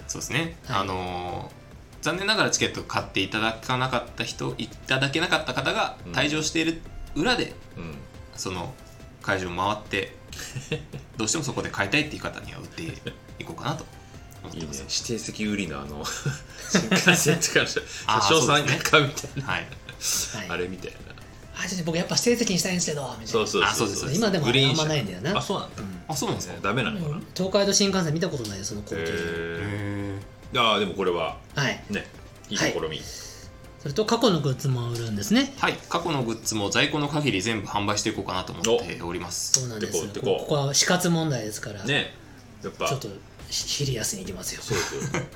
[SPEAKER 3] そうですね、
[SPEAKER 1] はい
[SPEAKER 3] あのー残念ながらチケット買っていただかなかった人いただけなかった方が
[SPEAKER 2] うん
[SPEAKER 3] 退場している裏で、
[SPEAKER 2] う、うん、
[SPEAKER 3] その会場を回ってどうしてもそこで買いたいっていう方には売っていこうかなと思っ
[SPEAKER 2] いい
[SPEAKER 3] て
[SPEAKER 2] ね
[SPEAKER 3] ます
[SPEAKER 2] 指定席売りのあの [LAUGHS] 新幹線とかの車
[SPEAKER 3] あー
[SPEAKER 2] 車掌さ
[SPEAKER 3] そ
[SPEAKER 2] ん
[SPEAKER 3] うですね
[SPEAKER 2] が買うみたいな、
[SPEAKER 3] はい
[SPEAKER 1] はい
[SPEAKER 2] あれみたいな
[SPEAKER 1] あちょっと僕やっぱ成績にしたいんですけどみたいな
[SPEAKER 2] そうそう
[SPEAKER 3] あそうですそうです
[SPEAKER 1] 今でもあ
[SPEAKER 2] グリ
[SPEAKER 1] れ
[SPEAKER 2] ーン
[SPEAKER 1] あん
[SPEAKER 2] 車
[SPEAKER 1] まないんだよな
[SPEAKER 2] あそうなんだ、
[SPEAKER 3] あそうなんですか、
[SPEAKER 2] ねダメなのかな、
[SPEAKER 1] うん東海道新幹線見たことないよその
[SPEAKER 2] へ
[SPEAKER 1] 工程
[SPEAKER 2] え
[SPEAKER 3] へ
[SPEAKER 2] ああでもこれは
[SPEAKER 1] はい
[SPEAKER 2] ねいい試み、
[SPEAKER 1] それと過去のグッズも売るんですね
[SPEAKER 3] ーはい過去のグッズも在庫の限り全部販売していこうかなと思っております
[SPEAKER 1] そうなんですよ
[SPEAKER 2] で
[SPEAKER 1] こ
[SPEAKER 2] こうでこう
[SPEAKER 1] ここは死活問題ですから、
[SPEAKER 2] ねやっぱ
[SPEAKER 1] ちょっとシリアスにいきますよ
[SPEAKER 2] そうですよね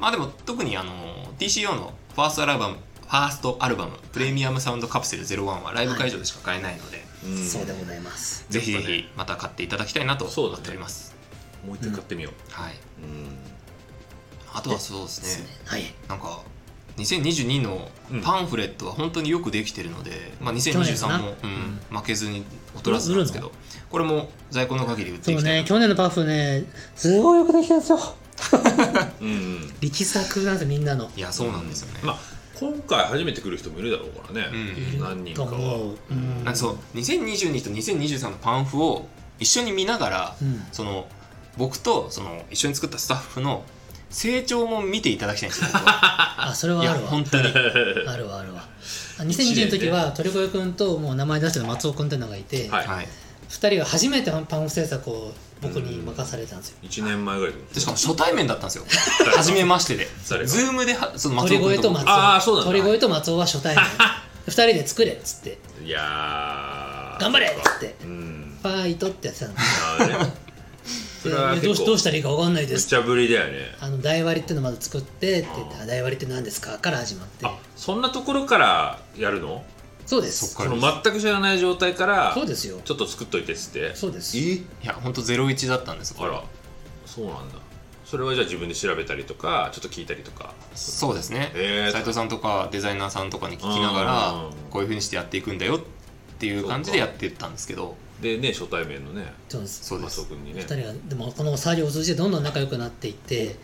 [SPEAKER 3] まあでも特にあの TCO のファーストアルバムファーストアルバム「プレミアムサウンドカプセル01」はライブ会場でしか買えないので、
[SPEAKER 2] うん
[SPEAKER 1] そうでございます
[SPEAKER 3] ぜひぜ
[SPEAKER 2] やっぱね
[SPEAKER 3] ひまた買っていただきたいなと
[SPEAKER 2] そう
[SPEAKER 3] 思
[SPEAKER 2] だね
[SPEAKER 3] っております、
[SPEAKER 2] もう一回買ってみよ
[SPEAKER 3] はい、
[SPEAKER 2] ううん
[SPEAKER 3] あとはそうですね
[SPEAKER 1] はい
[SPEAKER 3] なんか2022のパンフレットは本当によくできてるので、まあ、2023も、
[SPEAKER 1] 去年かな
[SPEAKER 3] うん負けずに劣らずなんですけどこれも在庫の限り売って
[SPEAKER 1] そ
[SPEAKER 3] いき
[SPEAKER 1] う
[SPEAKER 3] たい
[SPEAKER 1] ね
[SPEAKER 3] な
[SPEAKER 1] 去年のパフねすごいよくできたんですよ
[SPEAKER 2] うんうん
[SPEAKER 1] 力作なんですよみんなの
[SPEAKER 3] いやそうなんですよね、
[SPEAKER 2] まあ今回初めて来る人もいるだろうからね、
[SPEAKER 3] うん
[SPEAKER 2] 何人か
[SPEAKER 1] と思
[SPEAKER 2] は
[SPEAKER 1] ううん
[SPEAKER 3] なんかそう2022と2023のパンフを一緒に見ながら、
[SPEAKER 1] うん
[SPEAKER 3] その僕とその一緒に作ったスタッフの成長も見ていただきたいん
[SPEAKER 1] [LAUGHS]
[SPEAKER 3] ですよ僕は
[SPEAKER 1] あそれはい
[SPEAKER 3] や
[SPEAKER 1] あるわ
[SPEAKER 3] 本当に
[SPEAKER 1] あるわあるわあ2020の時は鳥越君ともう名前出してる松尾君ってのがいて、
[SPEAKER 2] はい
[SPEAKER 3] はい
[SPEAKER 1] 二人が初めてパンフ制作を僕に任されたんですよ
[SPEAKER 2] 1年前ぐらい
[SPEAKER 3] で
[SPEAKER 2] で
[SPEAKER 3] しかも初対面だったんですよ初めましてで
[SPEAKER 2] それが
[SPEAKER 3] ズームではその
[SPEAKER 1] 鳥
[SPEAKER 3] 君
[SPEAKER 1] 越と松尾
[SPEAKER 2] あーそうなんだ
[SPEAKER 1] 鳥越と松尾は初対
[SPEAKER 2] [LAUGHS]
[SPEAKER 1] 面二人で作れっつって
[SPEAKER 2] いやー
[SPEAKER 1] 頑張れっつって
[SPEAKER 2] うん
[SPEAKER 1] ファイトってやってたの [LAUGHS]
[SPEAKER 2] あーねそれは
[SPEAKER 1] でどう
[SPEAKER 2] 結
[SPEAKER 1] し
[SPEAKER 2] 構
[SPEAKER 1] どうしたらいいか分かんないで
[SPEAKER 2] 無
[SPEAKER 1] す
[SPEAKER 2] 茶ぶりだよね
[SPEAKER 1] あの台割りってのまず作ってって言ってあ台割りって何ですかから始まって
[SPEAKER 2] あそんなところからやるの
[SPEAKER 1] そうです
[SPEAKER 3] そっ
[SPEAKER 2] そ
[SPEAKER 3] か
[SPEAKER 2] の全く知らない状態から
[SPEAKER 1] そうですよ
[SPEAKER 2] ちょっと作っといてっつって
[SPEAKER 1] そうです
[SPEAKER 2] え
[SPEAKER 3] いや本当ゼロ一だったんですよ
[SPEAKER 2] あらそうなんだそれはじゃあ自分で調べたりとかちょっと聞いたりとか
[SPEAKER 3] そうですね
[SPEAKER 2] へー
[SPEAKER 3] 斉藤さんとかデザイナーさんとかに聞きなが
[SPEAKER 2] う
[SPEAKER 3] ら
[SPEAKER 2] ん
[SPEAKER 3] こういうふうにしてやっていくんだよっていう感じでやってったんですけど
[SPEAKER 2] でね初対面のね
[SPEAKER 1] そうです
[SPEAKER 3] そうで
[SPEAKER 2] 松尾
[SPEAKER 3] す
[SPEAKER 2] 君にね
[SPEAKER 1] 二人はでもこの作業を通じてどんどん仲良くなっていって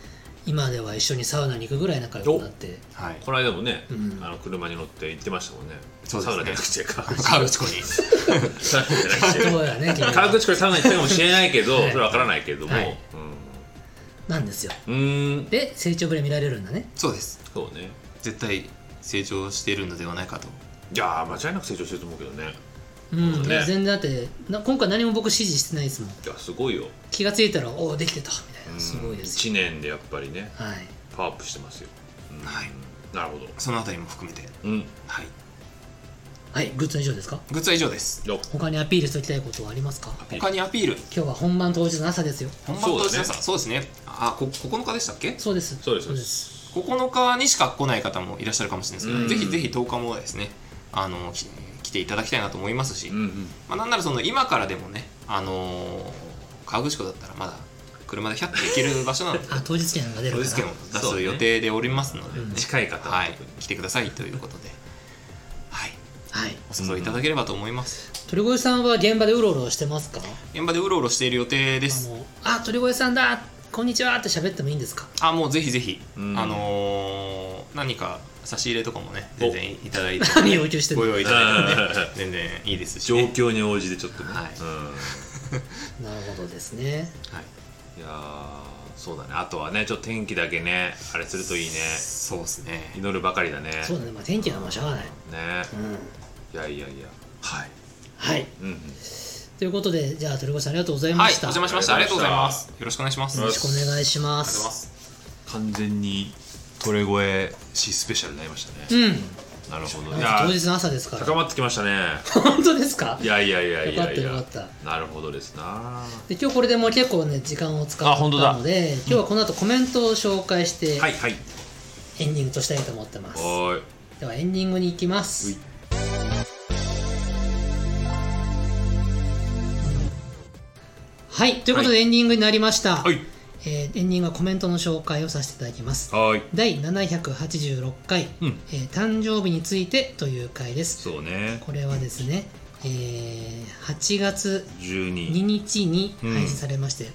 [SPEAKER 1] 今では一緒にサウナに行くぐらい仲良くなって
[SPEAKER 3] はい
[SPEAKER 2] この間もね、
[SPEAKER 1] うん
[SPEAKER 2] あの車に乗って行ってましたもんね
[SPEAKER 3] そうです
[SPEAKER 2] サ
[SPEAKER 3] ね
[SPEAKER 2] ウナじゃなくてか
[SPEAKER 3] 河口湖に
[SPEAKER 2] サウナじゃなくて
[SPEAKER 1] すごいわ
[SPEAKER 2] [LAUGHS]
[SPEAKER 1] ね君
[SPEAKER 2] 川
[SPEAKER 1] は
[SPEAKER 2] 口これサウナ行ったかもしれないけど、
[SPEAKER 1] はい
[SPEAKER 2] それは分からないけども、
[SPEAKER 1] はいなんですよ
[SPEAKER 2] うんうーん
[SPEAKER 1] で成長ぶり見られるんだね
[SPEAKER 3] そうです
[SPEAKER 2] そうね
[SPEAKER 3] 絶対成長しているのではないかと
[SPEAKER 2] いやー間違いなく成長してると思うけどね
[SPEAKER 1] うん、
[SPEAKER 2] そうね
[SPEAKER 1] いや全然だってな今回何も僕指示してないですもん
[SPEAKER 2] いやすごいよ
[SPEAKER 1] 気がついたらおおできてたみたいなすごいですよ
[SPEAKER 2] 1年でやっぱりね
[SPEAKER 1] はい
[SPEAKER 2] パワーアップしてますよ、うん
[SPEAKER 3] はい
[SPEAKER 2] なるほど
[SPEAKER 3] そのあたりも含めて
[SPEAKER 2] うん
[SPEAKER 3] はい
[SPEAKER 1] はいグッズは以上ですか
[SPEAKER 3] グッズは以上です
[SPEAKER 2] よ
[SPEAKER 1] 他にアピールしておきたいことはありますか
[SPEAKER 2] い
[SPEAKER 3] 他にアピール
[SPEAKER 1] 今日は本番当日の朝ですよ
[SPEAKER 3] 本番としてさ
[SPEAKER 2] そ
[SPEAKER 3] そうですねあこ9日でしたっけ
[SPEAKER 1] そうです
[SPEAKER 2] そうですそうです
[SPEAKER 3] 9日にしか来ない方もいらっしゃるかもしれないですけど、
[SPEAKER 2] うん
[SPEAKER 3] ぜひぜひ10日もですねあのき来来ていただきたいなと思いますし、
[SPEAKER 2] うんうん
[SPEAKER 3] まあ、なんならその今からでもね、あのー、河口湖だったらまだ車で100キロ行ける場所な
[SPEAKER 1] [LAUGHS]
[SPEAKER 3] ので
[SPEAKER 1] あ当日券が出る
[SPEAKER 3] 当
[SPEAKER 1] か
[SPEAKER 3] 日券を
[SPEAKER 1] ら
[SPEAKER 3] 出す予定でおりますので、
[SPEAKER 1] うん
[SPEAKER 2] 近い方は
[SPEAKER 3] はい
[SPEAKER 2] 特に、
[SPEAKER 3] 来てくださいということで、はい、
[SPEAKER 1] はい
[SPEAKER 3] お誘いいただければと思います。
[SPEAKER 1] 鳥越さんは現場でうろうろしてますか
[SPEAKER 3] 現場でうろうろしている予定で
[SPEAKER 1] あ
[SPEAKER 3] す。
[SPEAKER 1] のあ鳥越さんだこんにちはって喋ってもいいんですか
[SPEAKER 3] あ、もうぜひぜひ、
[SPEAKER 2] うん
[SPEAKER 3] あのー何か差し入れとかもね、
[SPEAKER 2] お
[SPEAKER 3] 全然いた [LAUGHS] だいて、
[SPEAKER 1] 何を要求してる
[SPEAKER 3] ご
[SPEAKER 1] の
[SPEAKER 3] 用意いただいてもね、全然いいですし、
[SPEAKER 2] 状
[SPEAKER 3] ね。
[SPEAKER 2] 況に応じてちょっとね、
[SPEAKER 3] はい
[SPEAKER 1] なるほどですね
[SPEAKER 3] はい
[SPEAKER 2] うん、いやーそうだねあとはねちょっと天気だけねあれするといいね
[SPEAKER 3] そうですね。
[SPEAKER 2] 祈るばかりだね
[SPEAKER 1] そうだね、まあ、天気はもうしょうがない
[SPEAKER 2] ね
[SPEAKER 1] うん
[SPEAKER 2] いやいやいやはい、
[SPEAKER 1] はい
[SPEAKER 2] うんうん、
[SPEAKER 1] ということでじゃあ鳥越さんありがとうござい
[SPEAKER 3] は
[SPEAKER 1] ま
[SPEAKER 3] い、
[SPEAKER 1] し
[SPEAKER 3] お
[SPEAKER 1] た、
[SPEAKER 3] 邪魔
[SPEAKER 1] よ
[SPEAKER 3] しました。ありがとうございます。よろしくお願いします。
[SPEAKER 2] よ
[SPEAKER 1] ろ
[SPEAKER 2] ろ
[SPEAKER 1] しくお願いします
[SPEAKER 2] 完全にトレ越えしスペシャルになりましたね、
[SPEAKER 1] うん
[SPEAKER 2] なるほどい
[SPEAKER 1] なんか
[SPEAKER 2] や
[SPEAKER 1] 当日の朝ですから
[SPEAKER 2] 高まってきましたね
[SPEAKER 1] 本当ですか
[SPEAKER 2] いやいやいやいやい
[SPEAKER 1] よか
[SPEAKER 2] や
[SPEAKER 1] ったよかっ
[SPEAKER 2] なるほどですな
[SPEAKER 1] で今日これでもう結構ね時間を使
[SPEAKER 2] あ
[SPEAKER 1] った
[SPEAKER 2] 本当だ
[SPEAKER 1] ので今日はこの後コメントを紹介して、
[SPEAKER 2] はいはい
[SPEAKER 1] エンディングとしたいと思ってます
[SPEAKER 2] おーい
[SPEAKER 1] ではエンディングに行きます
[SPEAKER 2] うい
[SPEAKER 1] はいということでエンディングになりました、
[SPEAKER 2] はい
[SPEAKER 1] えーエンディングはコメントの紹介をさせていただきます
[SPEAKER 2] はい
[SPEAKER 1] 第786回、
[SPEAKER 2] うん
[SPEAKER 1] えー誕生日について」という回です
[SPEAKER 2] そうね
[SPEAKER 1] これはですね、えー8月2
[SPEAKER 2] 12
[SPEAKER 1] 日に配信されまして、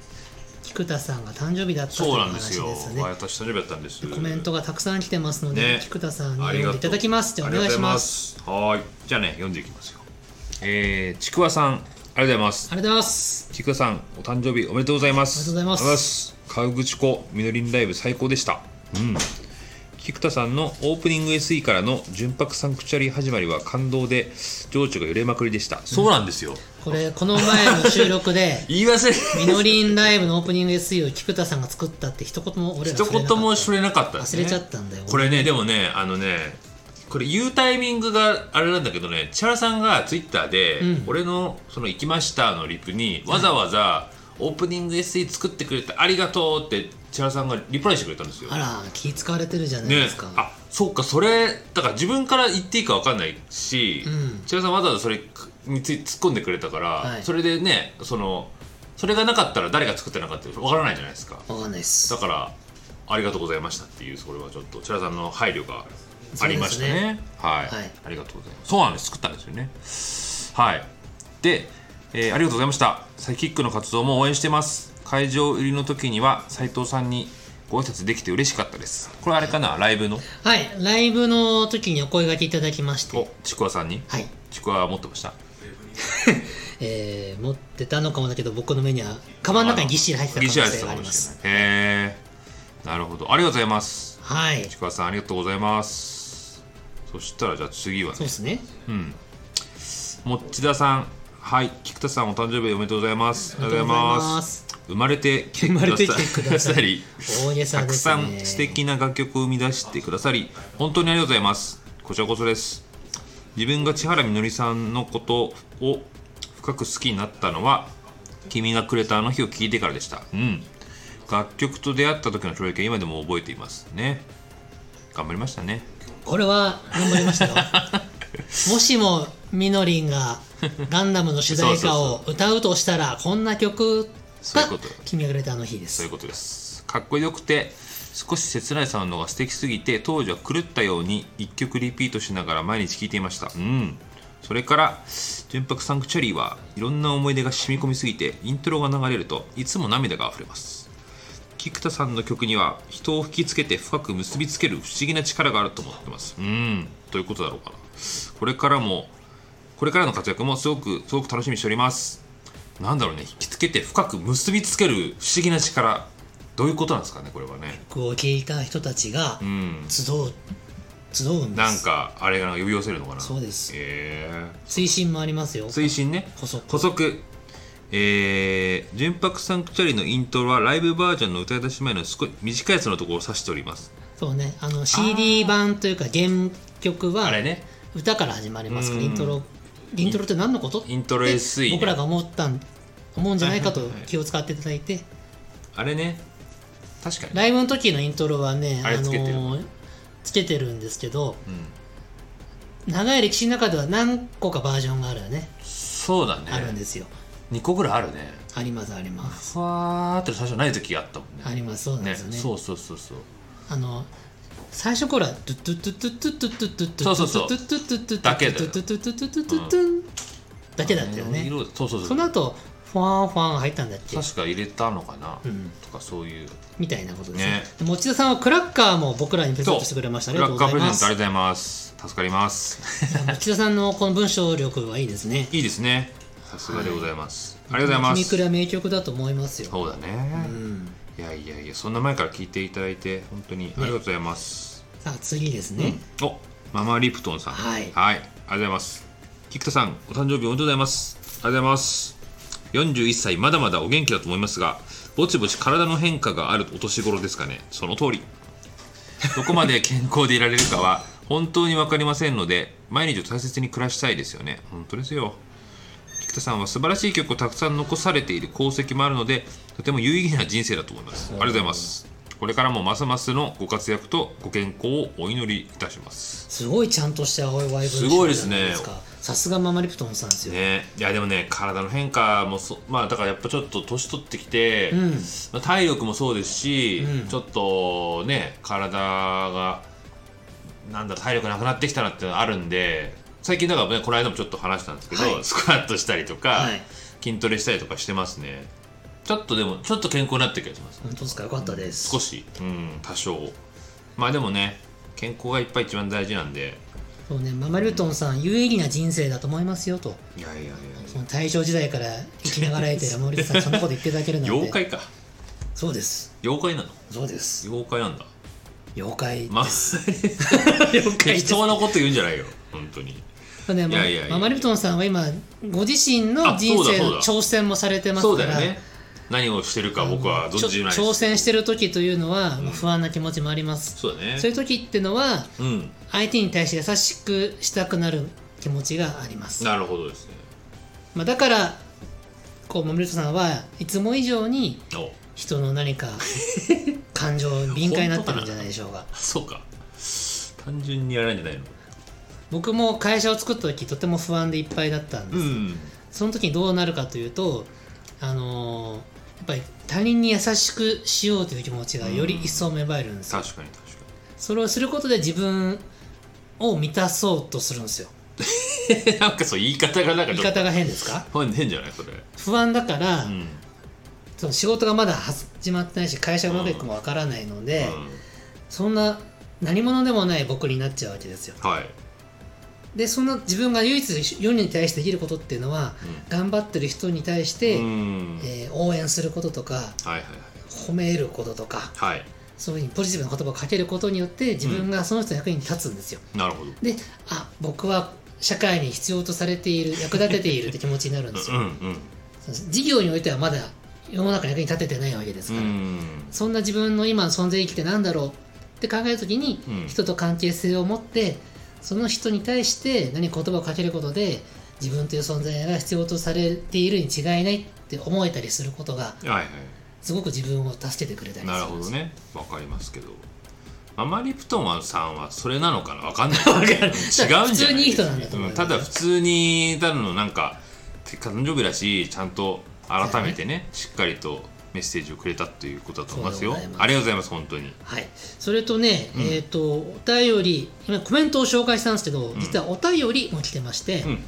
[SPEAKER 1] 菊田さんが誕生日だったという
[SPEAKER 2] そうなんです
[SPEAKER 1] 話
[SPEAKER 2] よ
[SPEAKER 1] ですね
[SPEAKER 2] 私誕生日だったんです
[SPEAKER 1] コメントがたくさん来てますので、
[SPEAKER 2] ね
[SPEAKER 1] 菊田さんに
[SPEAKER 2] あり
[SPEAKER 1] 読ん
[SPEAKER 2] が
[SPEAKER 1] で
[SPEAKER 2] と
[SPEAKER 1] いうただきますじゃあお願いします
[SPEAKER 2] ありがとうございますはーいじゃあね読んでいきますよえー、ちくわさんありがとうございます
[SPEAKER 1] ありがとうございます
[SPEAKER 2] ちくわさんお誕生日おめでとうございます
[SPEAKER 1] おめでとうございます
[SPEAKER 2] 河口湖みのりんライブ最高でしたうん菊田さんのオープニング SE からの純白サンクチュアリー始まりは感動で情緒が揺れまくりでした、そうなんですよ
[SPEAKER 1] これこの前の収録
[SPEAKER 2] [LAUGHS]
[SPEAKER 1] で
[SPEAKER 2] 言い忘れ
[SPEAKER 1] みのりんライブのオープニング SE を菊田さんが作ったって一言も俺ら触れ
[SPEAKER 2] 一
[SPEAKER 1] なかった
[SPEAKER 2] 言もそれなかったです
[SPEAKER 1] 忘
[SPEAKER 2] ね
[SPEAKER 1] れちゃったんだよ
[SPEAKER 2] これねでもねあのねこれ言うタイミングがあれなんだけどね千原さんがツイッターで、
[SPEAKER 1] うん
[SPEAKER 2] 俺の「その行きました」のリプにわざわざオープニング SE 作ってくれてありがとうって千原さんがリプライしてくれたんですよ。
[SPEAKER 1] あら気使われてるじゃない
[SPEAKER 2] ね
[SPEAKER 1] ですか、、
[SPEAKER 2] あそうかそれだから自分から言っていいか分かんないし、
[SPEAKER 1] うん
[SPEAKER 2] 千原さんわざわざそれについ突っ込んでくれたから、
[SPEAKER 1] はい
[SPEAKER 2] それでねそのそれがなかったら誰が作ってなかったか分からないじゃないですか。
[SPEAKER 1] わかんないっす
[SPEAKER 2] だからありがとうございましたっていうそれはちょっと千原さんの配慮がありましたね
[SPEAKER 1] そうで
[SPEAKER 2] はい、
[SPEAKER 1] はい
[SPEAKER 2] ありがとうございますそうなんです作ったんですよねはいで、えーありがとうございましたサイキックの活動も応援してます会場売りの時には斉藤さんにご挨拶できて嬉しかったですこれあれかなライブの
[SPEAKER 1] はいライブの時にお声掛けいただきまして
[SPEAKER 2] おちくわさんに
[SPEAKER 1] はい、
[SPEAKER 2] ちくわ持ってました
[SPEAKER 1] えー、持ってたのかもだけど僕の目にはカバンの中にぎっしり入ってた可
[SPEAKER 2] ギシ
[SPEAKER 1] 能
[SPEAKER 2] 入って
[SPEAKER 1] 性
[SPEAKER 2] た
[SPEAKER 1] があり
[SPEAKER 2] かも
[SPEAKER 1] ま
[SPEAKER 2] し
[SPEAKER 1] す
[SPEAKER 2] れないへえなるほどありがとうございます
[SPEAKER 1] はい
[SPEAKER 2] ちくわさんありがとうございますそしたらじゃあ次はね
[SPEAKER 1] そうですね
[SPEAKER 2] もっちださん、はい、菊田さんお誕生日おめでとうございます。ありがとうございます。生まれてきてく [LAUGHS]
[SPEAKER 1] 生ま
[SPEAKER 2] ださい
[SPEAKER 1] れてきてください
[SPEAKER 2] り、
[SPEAKER 1] 大げさ
[SPEAKER 2] た
[SPEAKER 1] で
[SPEAKER 2] く
[SPEAKER 1] す
[SPEAKER 2] さ
[SPEAKER 1] ね
[SPEAKER 2] ん素敵な楽曲を生み出してくださり、本当にありがとうございます。こちらこそです。自分が千原みのりさんのことを深く好きになったのは、君がくれたあの日を聞いてからでした。うん。楽曲と出会った時の衝撃は今でも覚えていますね。頑張りましたね。
[SPEAKER 1] これは頑張りましたよ
[SPEAKER 2] [LAUGHS]
[SPEAKER 1] もしもみのりんがガンダムの主題歌を歌うとしたらこんな曲
[SPEAKER 2] そうい
[SPEAKER 1] が
[SPEAKER 2] うこと
[SPEAKER 1] 「君がくれたあの日」で
[SPEAKER 2] そ
[SPEAKER 1] す
[SPEAKER 2] ういうことです。かっこよくて、少し切ないサウンドが素敵すぎて、当時は狂ったように一曲リピートしながら毎日聴いていました。うん。それから、純白サンクチャリーはいろんな思い出が染み込みすぎて、イントロが流れるといつも涙が溢れます。菊田さんの曲には人を引きつけて深く結びつける不思議な力があると思ってます。うん。ということだろうかな。これからも、これからの活躍もすごく、すごく楽しみにしております。なんだろうね引きつけて深く結びつける不思議な力どういうことなんですかねこれはね
[SPEAKER 1] 曲を聴いた人たちが
[SPEAKER 2] うん
[SPEAKER 1] 集う集うんです
[SPEAKER 2] なんかあれが呼び寄せるのかな
[SPEAKER 1] そうです
[SPEAKER 2] え
[SPEAKER 1] 推進もありますよ
[SPEAKER 2] ー、推進ね
[SPEAKER 1] 補足
[SPEAKER 2] 補足えー、純白サンクチャリのイントロはライブバージョンの歌い出し前の少し短いやつのところを指しております
[SPEAKER 1] そうねあの CD 版というか原曲は
[SPEAKER 2] あれね
[SPEAKER 1] 歌から始まりますから
[SPEAKER 2] うん
[SPEAKER 1] イントロイントロって何のこと
[SPEAKER 2] イントロ
[SPEAKER 1] って
[SPEAKER 2] SE ね
[SPEAKER 1] 僕らが思ったん思うんじゃないかと
[SPEAKER 2] はいはいはい
[SPEAKER 1] 気を使っていただいて
[SPEAKER 2] あれね確かに、
[SPEAKER 1] ライブの時のイントロはね
[SPEAKER 2] あれつけてる
[SPEAKER 1] のーつけてるんですけど
[SPEAKER 2] うん、
[SPEAKER 1] 長い歴史の中では何個かバージョンがあるよね
[SPEAKER 2] そうだね
[SPEAKER 1] あるんですよ
[SPEAKER 2] 2個ぐらいあるね
[SPEAKER 1] ありますあります
[SPEAKER 2] ふわーって最初ない時があったもんね
[SPEAKER 1] ありますそうなんですよね
[SPEAKER 2] そうそうそうそう
[SPEAKER 1] あの最初頃はドゥドゥドゥドゥドゥドゥドゥドゥドゥ
[SPEAKER 2] そうそうそう
[SPEAKER 1] ドゥドゥドゥドゥドゥ
[SPEAKER 2] だけだよ
[SPEAKER 1] ドゥドゥドゥドゥドゥドゥドゥンだけだったよね
[SPEAKER 2] 色々そうそうそう
[SPEAKER 1] その後ファンファン入ったんだっけ
[SPEAKER 2] 確か入れたのかな、
[SPEAKER 1] うん
[SPEAKER 2] とかそういう
[SPEAKER 1] みたいなことですね
[SPEAKER 2] ね
[SPEAKER 1] で持田さんはクラッカーも僕らにプレゼントしてくれましたありがとうござい
[SPEAKER 2] ブラッ
[SPEAKER 1] ま
[SPEAKER 2] カープレゼン
[SPEAKER 1] す
[SPEAKER 2] トありがとうございます助かります
[SPEAKER 1] 持田さんのこの文章力はいいですね
[SPEAKER 2] いいですねさすがでございます、ありがとうございま
[SPEAKER 1] 君く
[SPEAKER 2] す
[SPEAKER 1] りは名曲だと思いますよ
[SPEAKER 2] そうだね、
[SPEAKER 1] うん
[SPEAKER 2] いやいやいやそんな前から聞いていただいて本当にありがとうございます、
[SPEAKER 1] さあ次ですね
[SPEAKER 2] おママリプトンさん
[SPEAKER 1] はい
[SPEAKER 2] ありがとうございます菊田さんお誕生日おめでとうございますありがとうございます41歳まだまだお元気だと思いますがぼちぼち体の変化があるお年頃ですかねその通りどこまで健康でいられるかは本当に分かりませんので毎日を大切に暮らしたいですよね本当ですよ菊田さんは素晴らしい曲をたくさん残されている功績もあるのでとても有意義な人生だと思いますありがとうございますこれからもますますのご活躍とご健康をお祈りいたします
[SPEAKER 1] すごいちゃんとしたお祝い文章
[SPEAKER 2] すごいですね
[SPEAKER 1] じゃなかさすがママリプトンさんですよ、
[SPEAKER 2] ねいやでもね体の変化もそまあだからやっぱちょっと年取ってきて、
[SPEAKER 1] うん
[SPEAKER 2] まあ、体力もそうですし、
[SPEAKER 1] うん
[SPEAKER 2] ちょっとね体がなんだ体力なくなってきたなってのがあるんで最近だからねこの間もちょっと話したんですけど、
[SPEAKER 1] はい
[SPEAKER 2] スクワットしたりとか、
[SPEAKER 1] はい
[SPEAKER 2] 筋トレしたりとかしてますねちょっとでもちょっと健康になってきがします
[SPEAKER 1] 本当ですかよかったです
[SPEAKER 2] 少しうん多少まあでもね健康がいっぱい一番大事なんで
[SPEAKER 1] そうねママリプトンさん有意義な人生だと思いますよと
[SPEAKER 2] いやいやいや
[SPEAKER 1] その大正時代から生きながらえて
[SPEAKER 2] [LAUGHS]
[SPEAKER 1] る森田さんそんなこと言っていただけるなんて
[SPEAKER 2] 妖怪か
[SPEAKER 1] そうです
[SPEAKER 2] 妖怪なの
[SPEAKER 1] そうです
[SPEAKER 2] 妖怪なんだ
[SPEAKER 1] 妖怪、 [LAUGHS]
[SPEAKER 2] まあ
[SPEAKER 1] 妖怪で
[SPEAKER 2] 適
[SPEAKER 1] す
[SPEAKER 2] 当なこと言うんじゃないよ本当に
[SPEAKER 1] そうね
[SPEAKER 2] いやいやいや
[SPEAKER 1] ママリプトンさんは今ご自身の人生の
[SPEAKER 2] あそ
[SPEAKER 1] 挑戦もされてます
[SPEAKER 2] そう
[SPEAKER 1] か
[SPEAKER 2] だよ
[SPEAKER 1] ら
[SPEAKER 2] ね何をしてるか僕は存じない
[SPEAKER 1] ちょ挑戦してる時というのは不安な気持ちもあります、
[SPEAKER 2] そうだね
[SPEAKER 1] そういう時ってのは
[SPEAKER 2] うん
[SPEAKER 1] 相手に対して優しくしたくなる気持ちがあります、
[SPEAKER 2] なるほどですね
[SPEAKER 1] まあ、だからこうマムルトさんはいつも以上に
[SPEAKER 2] お
[SPEAKER 1] 人の何か感情に敏感になってるんじゃないでしょうか
[SPEAKER 2] そうか単純にやらないんじゃないの
[SPEAKER 1] 僕も会社を作った時とても不安でいっぱいだったんです、
[SPEAKER 2] ん
[SPEAKER 1] その時にどうなるかというとあのーやっぱり他人に優しくしようという気持ちがより一層芽生えるんですよ、
[SPEAKER 2] 確かに確か
[SPEAKER 1] それをすることで自分を満たそうとするんですよ
[SPEAKER 2] に [LAUGHS] なんかそう言い方がなんか
[SPEAKER 1] 言い
[SPEAKER 2] ちょっ
[SPEAKER 1] 方が変ですか
[SPEAKER 2] と変じゃないそれう
[SPEAKER 1] 不安だから、
[SPEAKER 2] ん、うん
[SPEAKER 1] その仕事がまだ始まってないし会社がうまくいくかもわからないので、そんな何者でもない僕になっちゃうわけですよ
[SPEAKER 2] はい
[SPEAKER 1] でそんな自分が唯一世に対してできることっていうのは、
[SPEAKER 2] うん
[SPEAKER 1] 頑張ってる人に対して、
[SPEAKER 2] うん
[SPEAKER 1] えー応援することとか
[SPEAKER 2] はいはい
[SPEAKER 1] 褒めることとか
[SPEAKER 2] はいは
[SPEAKER 1] そういうふうにポジティブな言葉をかけることによって自分がその人の役に立つんですよ、
[SPEAKER 2] いなるほど
[SPEAKER 1] であ僕は社会に必要とされている役立てているって気持ちになるんです
[SPEAKER 2] う
[SPEAKER 1] よ
[SPEAKER 2] んうん
[SPEAKER 1] 事業においてはまだ世の中の役に立ててないわけです
[SPEAKER 2] う
[SPEAKER 1] から、
[SPEAKER 2] ん
[SPEAKER 1] そんな自分の今の存在意義って何だろうって考えるときに、
[SPEAKER 2] うん
[SPEAKER 1] 人と関係性を持ってその人に対して何か言葉をかけることで自分という存在が必要とされているに違いないって思えたりすることが
[SPEAKER 2] はいはい
[SPEAKER 1] すごく自分を助けてくれたりする
[SPEAKER 2] なるほどねわかりますけどママリプトンさんはそれなのかなわか
[SPEAKER 1] [LAUGHS]
[SPEAKER 2] んない違うんじゃない
[SPEAKER 1] 普通にいい人なんだと思うよ
[SPEAKER 2] んただ普通にただのなんかて誕生日だしちゃんと改めてねしっかりとメッセージをくれたということだと思いますよ
[SPEAKER 1] そうでございます
[SPEAKER 2] ありがとうございます本当に
[SPEAKER 1] はい、それとね、
[SPEAKER 2] うん
[SPEAKER 1] えっ、とお便り今コメントを紹介したんですけど、実はお便りも来てまして、
[SPEAKER 2] うん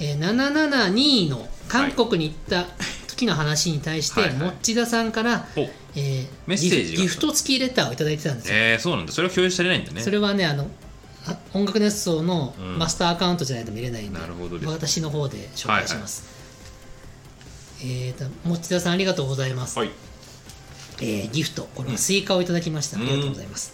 [SPEAKER 1] えー772の韓国に行った時の話に対して、
[SPEAKER 2] はいはい
[SPEAKER 1] 持田さんから、
[SPEAKER 2] お
[SPEAKER 1] えー
[SPEAKER 2] メッセージが
[SPEAKER 1] ギフギフト付きレターをいただいてたんですよ、
[SPEAKER 2] えー、そうなんだそれは共有されないんだね
[SPEAKER 1] それはねあのあ音楽熱奏の
[SPEAKER 2] うん
[SPEAKER 1] マスターアカウントじゃないと見れないんで,、
[SPEAKER 2] なるほどです
[SPEAKER 1] 私の方で紹介します、えっ、と持田さんありがとうございます、
[SPEAKER 2] はい
[SPEAKER 1] えーギフトこれはスイカをいただきました、
[SPEAKER 2] うん
[SPEAKER 1] ありがとうございます、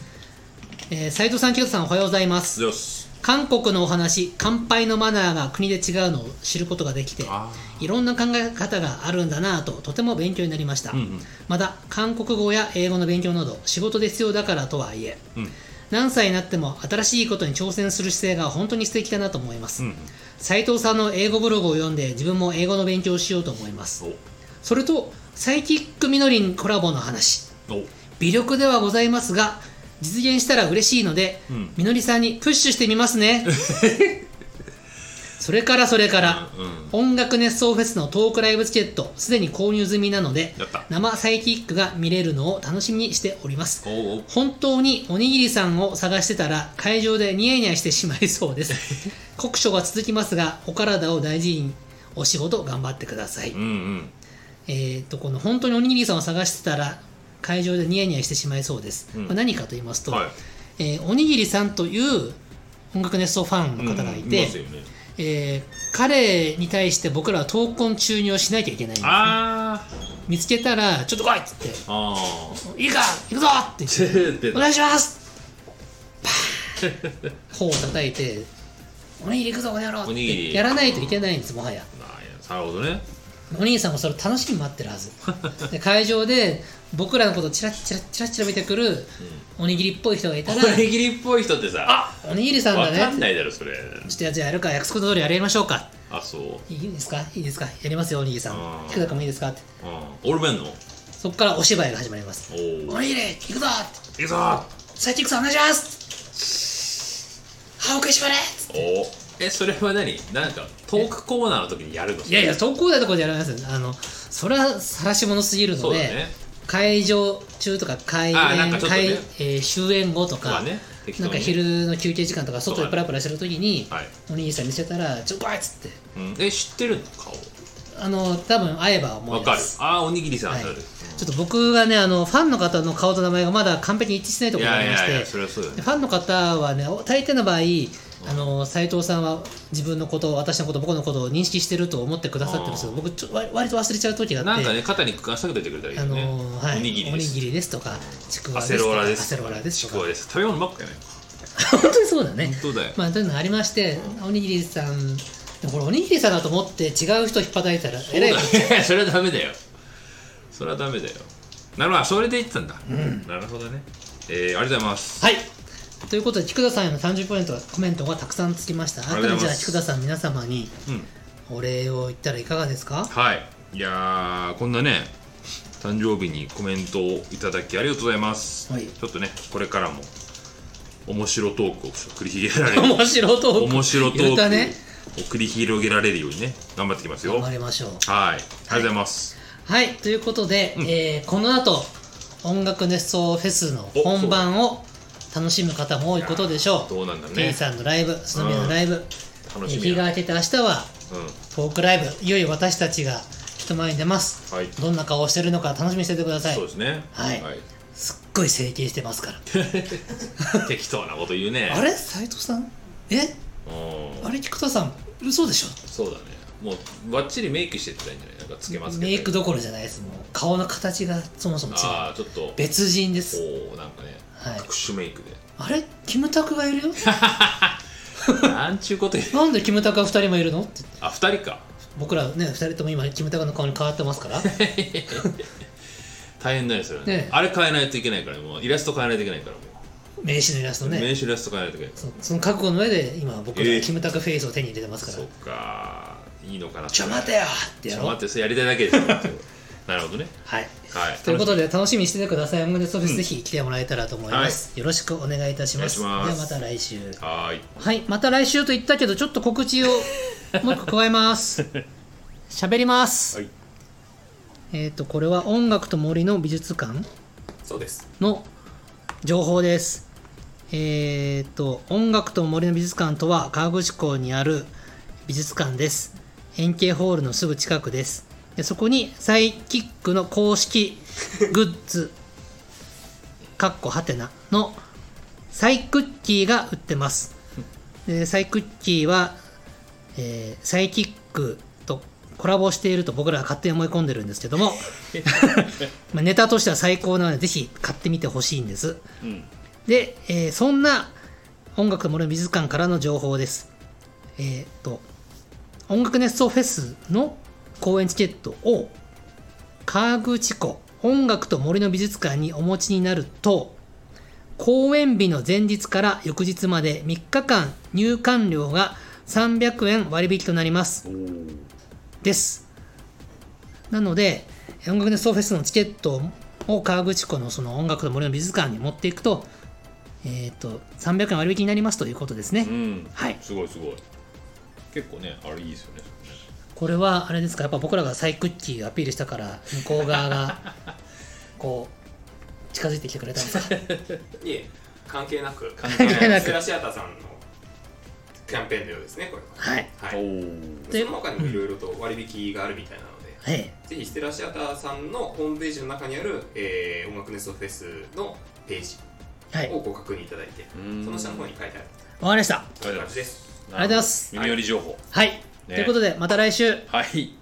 [SPEAKER 1] えー、斉藤さん清田さんおはようございます
[SPEAKER 2] よし
[SPEAKER 1] 韓国のお話乾杯のマナーが国で違うのを知ることができて
[SPEAKER 2] あ
[SPEAKER 1] いろんな考え方があるんだなぁととても勉強になりました、
[SPEAKER 2] うんうん
[SPEAKER 1] また韓国語や英語の勉強など仕事で必要だからとはいえ
[SPEAKER 2] うん
[SPEAKER 1] 何歳になっても新しいことに挑戦する姿勢が本当に素敵だなと思います、
[SPEAKER 2] うん
[SPEAKER 1] 斉藤さんの英語ブログを読んで自分も英語の勉強をしようと思いますそれとサイキックみのりんコラボの話
[SPEAKER 2] おお
[SPEAKER 1] 微力ではございますが実現したら嬉しいので、
[SPEAKER 2] うん [LAUGHS]
[SPEAKER 1] みのりさんにプッシュしてみますねそれからそれから、
[SPEAKER 2] うんうん
[SPEAKER 1] 音楽熱奏フェスのトークライブチケットすでに購入済みなので
[SPEAKER 2] やった
[SPEAKER 1] 生サイキックが見れるのを楽しみにしております
[SPEAKER 2] おうおう
[SPEAKER 1] 本当におにぎりさんを探してたら会場でニヤニヤしてしまいそうです
[SPEAKER 2] [LAUGHS]
[SPEAKER 1] 酷暑が続きますがお体を大事にお仕事頑張ってください、
[SPEAKER 2] うんうん
[SPEAKER 1] えー、とこの本当におにぎりさんを探してたら会場でニヤニヤしてしまいそうです、
[SPEAKER 2] うん
[SPEAKER 1] これ何かと言いますと、
[SPEAKER 2] はい
[SPEAKER 1] えーおにぎりさんという音楽熱奏ファンの方がい
[SPEAKER 2] うんうん
[SPEAKER 1] て、
[SPEAKER 2] ますよね
[SPEAKER 1] えー彼に対して僕らは闘魂注入をしなきゃいけないんです
[SPEAKER 2] あ
[SPEAKER 1] 見つけたら「ちょっと来い!」っつって
[SPEAKER 2] ーあ
[SPEAKER 1] 「
[SPEAKER 2] ー
[SPEAKER 1] いいか行くぞ!」って言って「
[SPEAKER 2] 出
[SPEAKER 1] お
[SPEAKER 2] た
[SPEAKER 1] 願いします!」パーン [LAUGHS] 頬を叩いて「おにぎり行くぞこの野郎!」っ
[SPEAKER 2] おにぎ
[SPEAKER 1] て
[SPEAKER 2] り
[SPEAKER 1] やらないといけないんですもはや
[SPEAKER 2] あーいやなるほどね
[SPEAKER 1] お兄さんもそれを楽しみに待ってるはず
[SPEAKER 2] [LAUGHS]
[SPEAKER 1] で会場で僕らのことをチラッチラッチラッチラ見てくるおにぎりっぽい人がいたら
[SPEAKER 2] おにぎりっぽい人ってさあ
[SPEAKER 1] おにぎりさんだ
[SPEAKER 2] わかん
[SPEAKER 1] ね
[SPEAKER 2] ないだろそれ
[SPEAKER 1] ちょっとじゃあやるか約束の通りやりましょうか
[SPEAKER 2] あそう
[SPEAKER 1] いいですかいいですかやりますよおにぎりさ
[SPEAKER 2] あ
[SPEAKER 1] ん
[SPEAKER 2] ー
[SPEAKER 1] 菊田君もいいですかって
[SPEAKER 2] うん俺もやんの
[SPEAKER 1] そこからお芝居が始まります
[SPEAKER 2] おお
[SPEAKER 1] おにぎり行くぞ
[SPEAKER 2] いくぞー
[SPEAKER 1] サイキックさんお願いし
[SPEAKER 2] [LAUGHS]
[SPEAKER 1] ます歯を食いしばれ
[SPEAKER 2] おおえそれは何なんかトークコーナーの時にやるの
[SPEAKER 1] いやいや投稿台とかでやらないですよあのそれは晒し者すぎるの
[SPEAKER 2] そうだ
[SPEAKER 1] で、
[SPEAKER 2] ね
[SPEAKER 1] 会場中とか開
[SPEAKER 2] あーなん
[SPEAKER 1] 演、
[SPEAKER 2] かちょっと
[SPEAKER 1] 開
[SPEAKER 2] ね
[SPEAKER 1] えー終演後と
[SPEAKER 2] そう
[SPEAKER 1] か、
[SPEAKER 2] だね適当
[SPEAKER 1] なん
[SPEAKER 2] に
[SPEAKER 1] か
[SPEAKER 2] ね
[SPEAKER 1] 昼の休憩時間とか外でプラプラしてる時に、
[SPEAKER 2] はい、
[SPEAKER 1] お兄さん見せたら「ちょっと来い!」っつって
[SPEAKER 2] うん、え知ってるの顔
[SPEAKER 1] あの多分会えば思
[SPEAKER 2] わ
[SPEAKER 1] い
[SPEAKER 2] か
[SPEAKER 1] ま
[SPEAKER 2] る
[SPEAKER 1] す
[SPEAKER 2] ああおにぎりさん、
[SPEAKER 1] はい
[SPEAKER 2] それ
[SPEAKER 1] ちょっと僕がねあのファンの方の顔と名前がまだ完璧に一致してないと
[SPEAKER 2] い
[SPEAKER 1] ころがあり
[SPEAKER 2] やい
[SPEAKER 1] まして
[SPEAKER 2] やいやそれはそうだよ
[SPEAKER 1] で
[SPEAKER 2] ね
[SPEAKER 1] ファンの方はねお大抵の場合あの斉藤さんは自分のこと私のこと僕のことを認識してると思ってくださってるんですけど僕ちょ割割と忘れちゃう時があ
[SPEAKER 2] な
[SPEAKER 1] って
[SPEAKER 2] んかね肩に区間下げててくれたらいい
[SPEAKER 1] あ
[SPEAKER 2] よ
[SPEAKER 1] の
[SPEAKER 2] ね、
[SPEAKER 1] ーはい、
[SPEAKER 2] おにぎりです
[SPEAKER 1] ですとかちくわで
[SPEAKER 2] ア
[SPEAKER 1] す
[SPEAKER 2] セ
[SPEAKER 1] と
[SPEAKER 2] ロー
[SPEAKER 1] か
[SPEAKER 2] ラで
[SPEAKER 1] ア
[SPEAKER 2] す
[SPEAKER 1] セローラです
[SPEAKER 2] ち
[SPEAKER 1] と
[SPEAKER 2] く
[SPEAKER 1] か
[SPEAKER 2] わです食べ物ばっかやね
[SPEAKER 1] 本当にそうだね。
[SPEAKER 2] 本当だよ
[SPEAKER 1] まあ、というのがありまして、おにぎりさん、でもこれおにぎりさんだと思って違う人引っ叩いたら、えらいこ
[SPEAKER 2] そうだね [LAUGHS] それはダメだよそれはダメだよなるほどそれで言ってたんだ、なるほどねえー、ありがとうございます
[SPEAKER 1] はい。ということで、菊田さんへの30ポイントが、コメントがたくさんつきました。
[SPEAKER 2] あ
[SPEAKER 1] あ
[SPEAKER 2] り
[SPEAKER 1] な
[SPEAKER 2] が
[SPEAKER 1] た
[SPEAKER 2] とう
[SPEAKER 1] に
[SPEAKER 2] ご
[SPEAKER 1] じゃあ、
[SPEAKER 2] ざいます
[SPEAKER 1] 菊田さん、皆様に
[SPEAKER 2] うん
[SPEAKER 1] お礼を言ったらいかがですか
[SPEAKER 2] はいいやーこんなね誕生日にコメントをいただきありがとうございます、
[SPEAKER 1] はい
[SPEAKER 2] ちょっとねこれからも面白トークを繰り広げられる
[SPEAKER 1] [LAUGHS] 面白トーク。
[SPEAKER 2] 面白ト
[SPEAKER 1] 言
[SPEAKER 2] ー
[SPEAKER 1] う
[SPEAKER 2] ク
[SPEAKER 1] たね。
[SPEAKER 2] を繰り広げられるようにね頑張っていきますよ
[SPEAKER 1] 頑張
[SPEAKER 2] はい
[SPEAKER 1] りましょう。
[SPEAKER 2] ありがとうございます、
[SPEAKER 1] はい。ということで、
[SPEAKER 2] ん
[SPEAKER 1] えーこの後、音楽熱奏フェスの本番を楽しむ方も多いことでしょう。
[SPEAKER 2] どうなんだろう
[SPEAKER 1] T
[SPEAKER 2] ね
[SPEAKER 1] さんのライブ、スノミのライブ、
[SPEAKER 2] 楽しみ
[SPEAKER 1] 日
[SPEAKER 2] や
[SPEAKER 1] が明けて明日は、
[SPEAKER 2] う
[SPEAKER 1] トークライブいよいよ私たちが人前に出ます
[SPEAKER 2] んはい
[SPEAKER 1] どんな顔をしてるのか楽しみにしててください
[SPEAKER 2] そうですね
[SPEAKER 1] はいすっごい整形してますから
[SPEAKER 2] 適当なこと言うね
[SPEAKER 1] あれ斉藤さんえ
[SPEAKER 2] うん
[SPEAKER 1] あれ菊田さん嘘でしょ
[SPEAKER 2] そうだねもうバッチリメイクしてったらいいんじゃないなんかつけますけど
[SPEAKER 1] メイクどころじゃないですもう顔の形がそもそも違
[SPEAKER 2] あ
[SPEAKER 1] う
[SPEAKER 2] あちょっと
[SPEAKER 1] 別人です
[SPEAKER 2] おおなんかね、
[SPEAKER 1] はい
[SPEAKER 2] 特殊メイクで
[SPEAKER 1] あれキムタクがい
[SPEAKER 2] [LAUGHS]
[SPEAKER 1] るよ
[SPEAKER 2] なんちゅうこと言う
[SPEAKER 1] なんでキムタクが2人もいるのって
[SPEAKER 2] あ二人か
[SPEAKER 1] 僕らね2人とも今キムタクの顔に変わってます
[SPEAKER 2] [LAUGHS]
[SPEAKER 1] から
[SPEAKER 2] 大変だよそれはね
[SPEAKER 1] ねえ
[SPEAKER 2] あれ変えないといけないからもうイラスト変えないといけないからも
[SPEAKER 1] 名刺のイラスト
[SPEAKER 2] う、
[SPEAKER 1] ね
[SPEAKER 2] 名刺イラスト変えないといけない
[SPEAKER 1] そその覚悟の上で今僕ら
[SPEAKER 2] ええ
[SPEAKER 1] キムタクフェイスを手に入れてますから、
[SPEAKER 2] そっかいいのかな
[SPEAKER 1] ちょ待てよって
[SPEAKER 2] ち
[SPEAKER 1] や
[SPEAKER 2] ょ
[SPEAKER 1] ろ
[SPEAKER 2] 待っ
[SPEAKER 1] う
[SPEAKER 2] てそれやりたいだけですよなるほどね
[SPEAKER 1] はい
[SPEAKER 2] はい
[SPEAKER 1] ということで楽しみにしててください。音楽でソフェスぜひ来てもらえたらと思います。よろしくお願いいたします。
[SPEAKER 2] お願いします
[SPEAKER 1] ではまた来週。
[SPEAKER 2] はーい
[SPEAKER 1] はい、また来週と言ったけど、ちょっと告
[SPEAKER 2] [LAUGHS]
[SPEAKER 1] 知をもう一個加えます。喋ります。
[SPEAKER 2] はい
[SPEAKER 1] えっ、と、これは音楽と森の美術館
[SPEAKER 3] そうです
[SPEAKER 1] の情報です。えっ、と、音楽と森の美術館とは川口港にある美術館です。円形ホールのすぐ近くです。でそこにサイキックの公式グッズ、 [LAUGHS] かっこはてなのサイクッキーが売ってます。でサイクッキーは、えーサイキックとコラボしていると僕らは勝手に思い込んでるんですけども、まあネタとしては最高なのでぜひ買ってみてほしいんです。
[SPEAKER 2] うん
[SPEAKER 1] で、えーそんな音楽と森の美術館からの情報です。えーっと、音楽熱奏フェスの公演チケットを川口湖音楽と森の美術館にお持ちになると、公演日の前日から翌日まで3日間入館料が300円割引となります。です。なので、音楽熱奏フェスのチケットを河口湖のその音楽と森の美術館に持っていくと、えっ、と、300円割引になりますということですね。
[SPEAKER 2] うん
[SPEAKER 1] はい。
[SPEAKER 2] すごいすごい結構ねあれいいですよね
[SPEAKER 1] これはあれですかやっぱ僕らがサイクッキーをアピールしたから向こう側 [LAUGHS] がこう近づいてきてくれたんですか
[SPEAKER 3] いえ関係なく
[SPEAKER 2] 関係
[SPEAKER 1] なく
[SPEAKER 3] スラシアタさんのキャンペーンのようですねこれ
[SPEAKER 1] はい
[SPEAKER 3] は、はい、
[SPEAKER 2] お
[SPEAKER 1] で
[SPEAKER 3] その他にもいろいろと割引があるみたいなの
[SPEAKER 1] は
[SPEAKER 3] で、
[SPEAKER 1] い
[SPEAKER 3] ぜひステラシアターさんのホームページの中にある、えー音楽ネストフェスのページ
[SPEAKER 1] はい
[SPEAKER 3] を
[SPEAKER 1] わか
[SPEAKER 3] ご確認いただいて、
[SPEAKER 2] うん
[SPEAKER 3] その下の方に書いてある
[SPEAKER 1] りました
[SPEAKER 2] ありがとうござい
[SPEAKER 3] 感
[SPEAKER 2] ま
[SPEAKER 3] じ
[SPEAKER 2] す
[SPEAKER 3] です
[SPEAKER 1] ありがとうございます
[SPEAKER 2] 耳寄り情報
[SPEAKER 1] はい、ということでまた来週
[SPEAKER 2] はい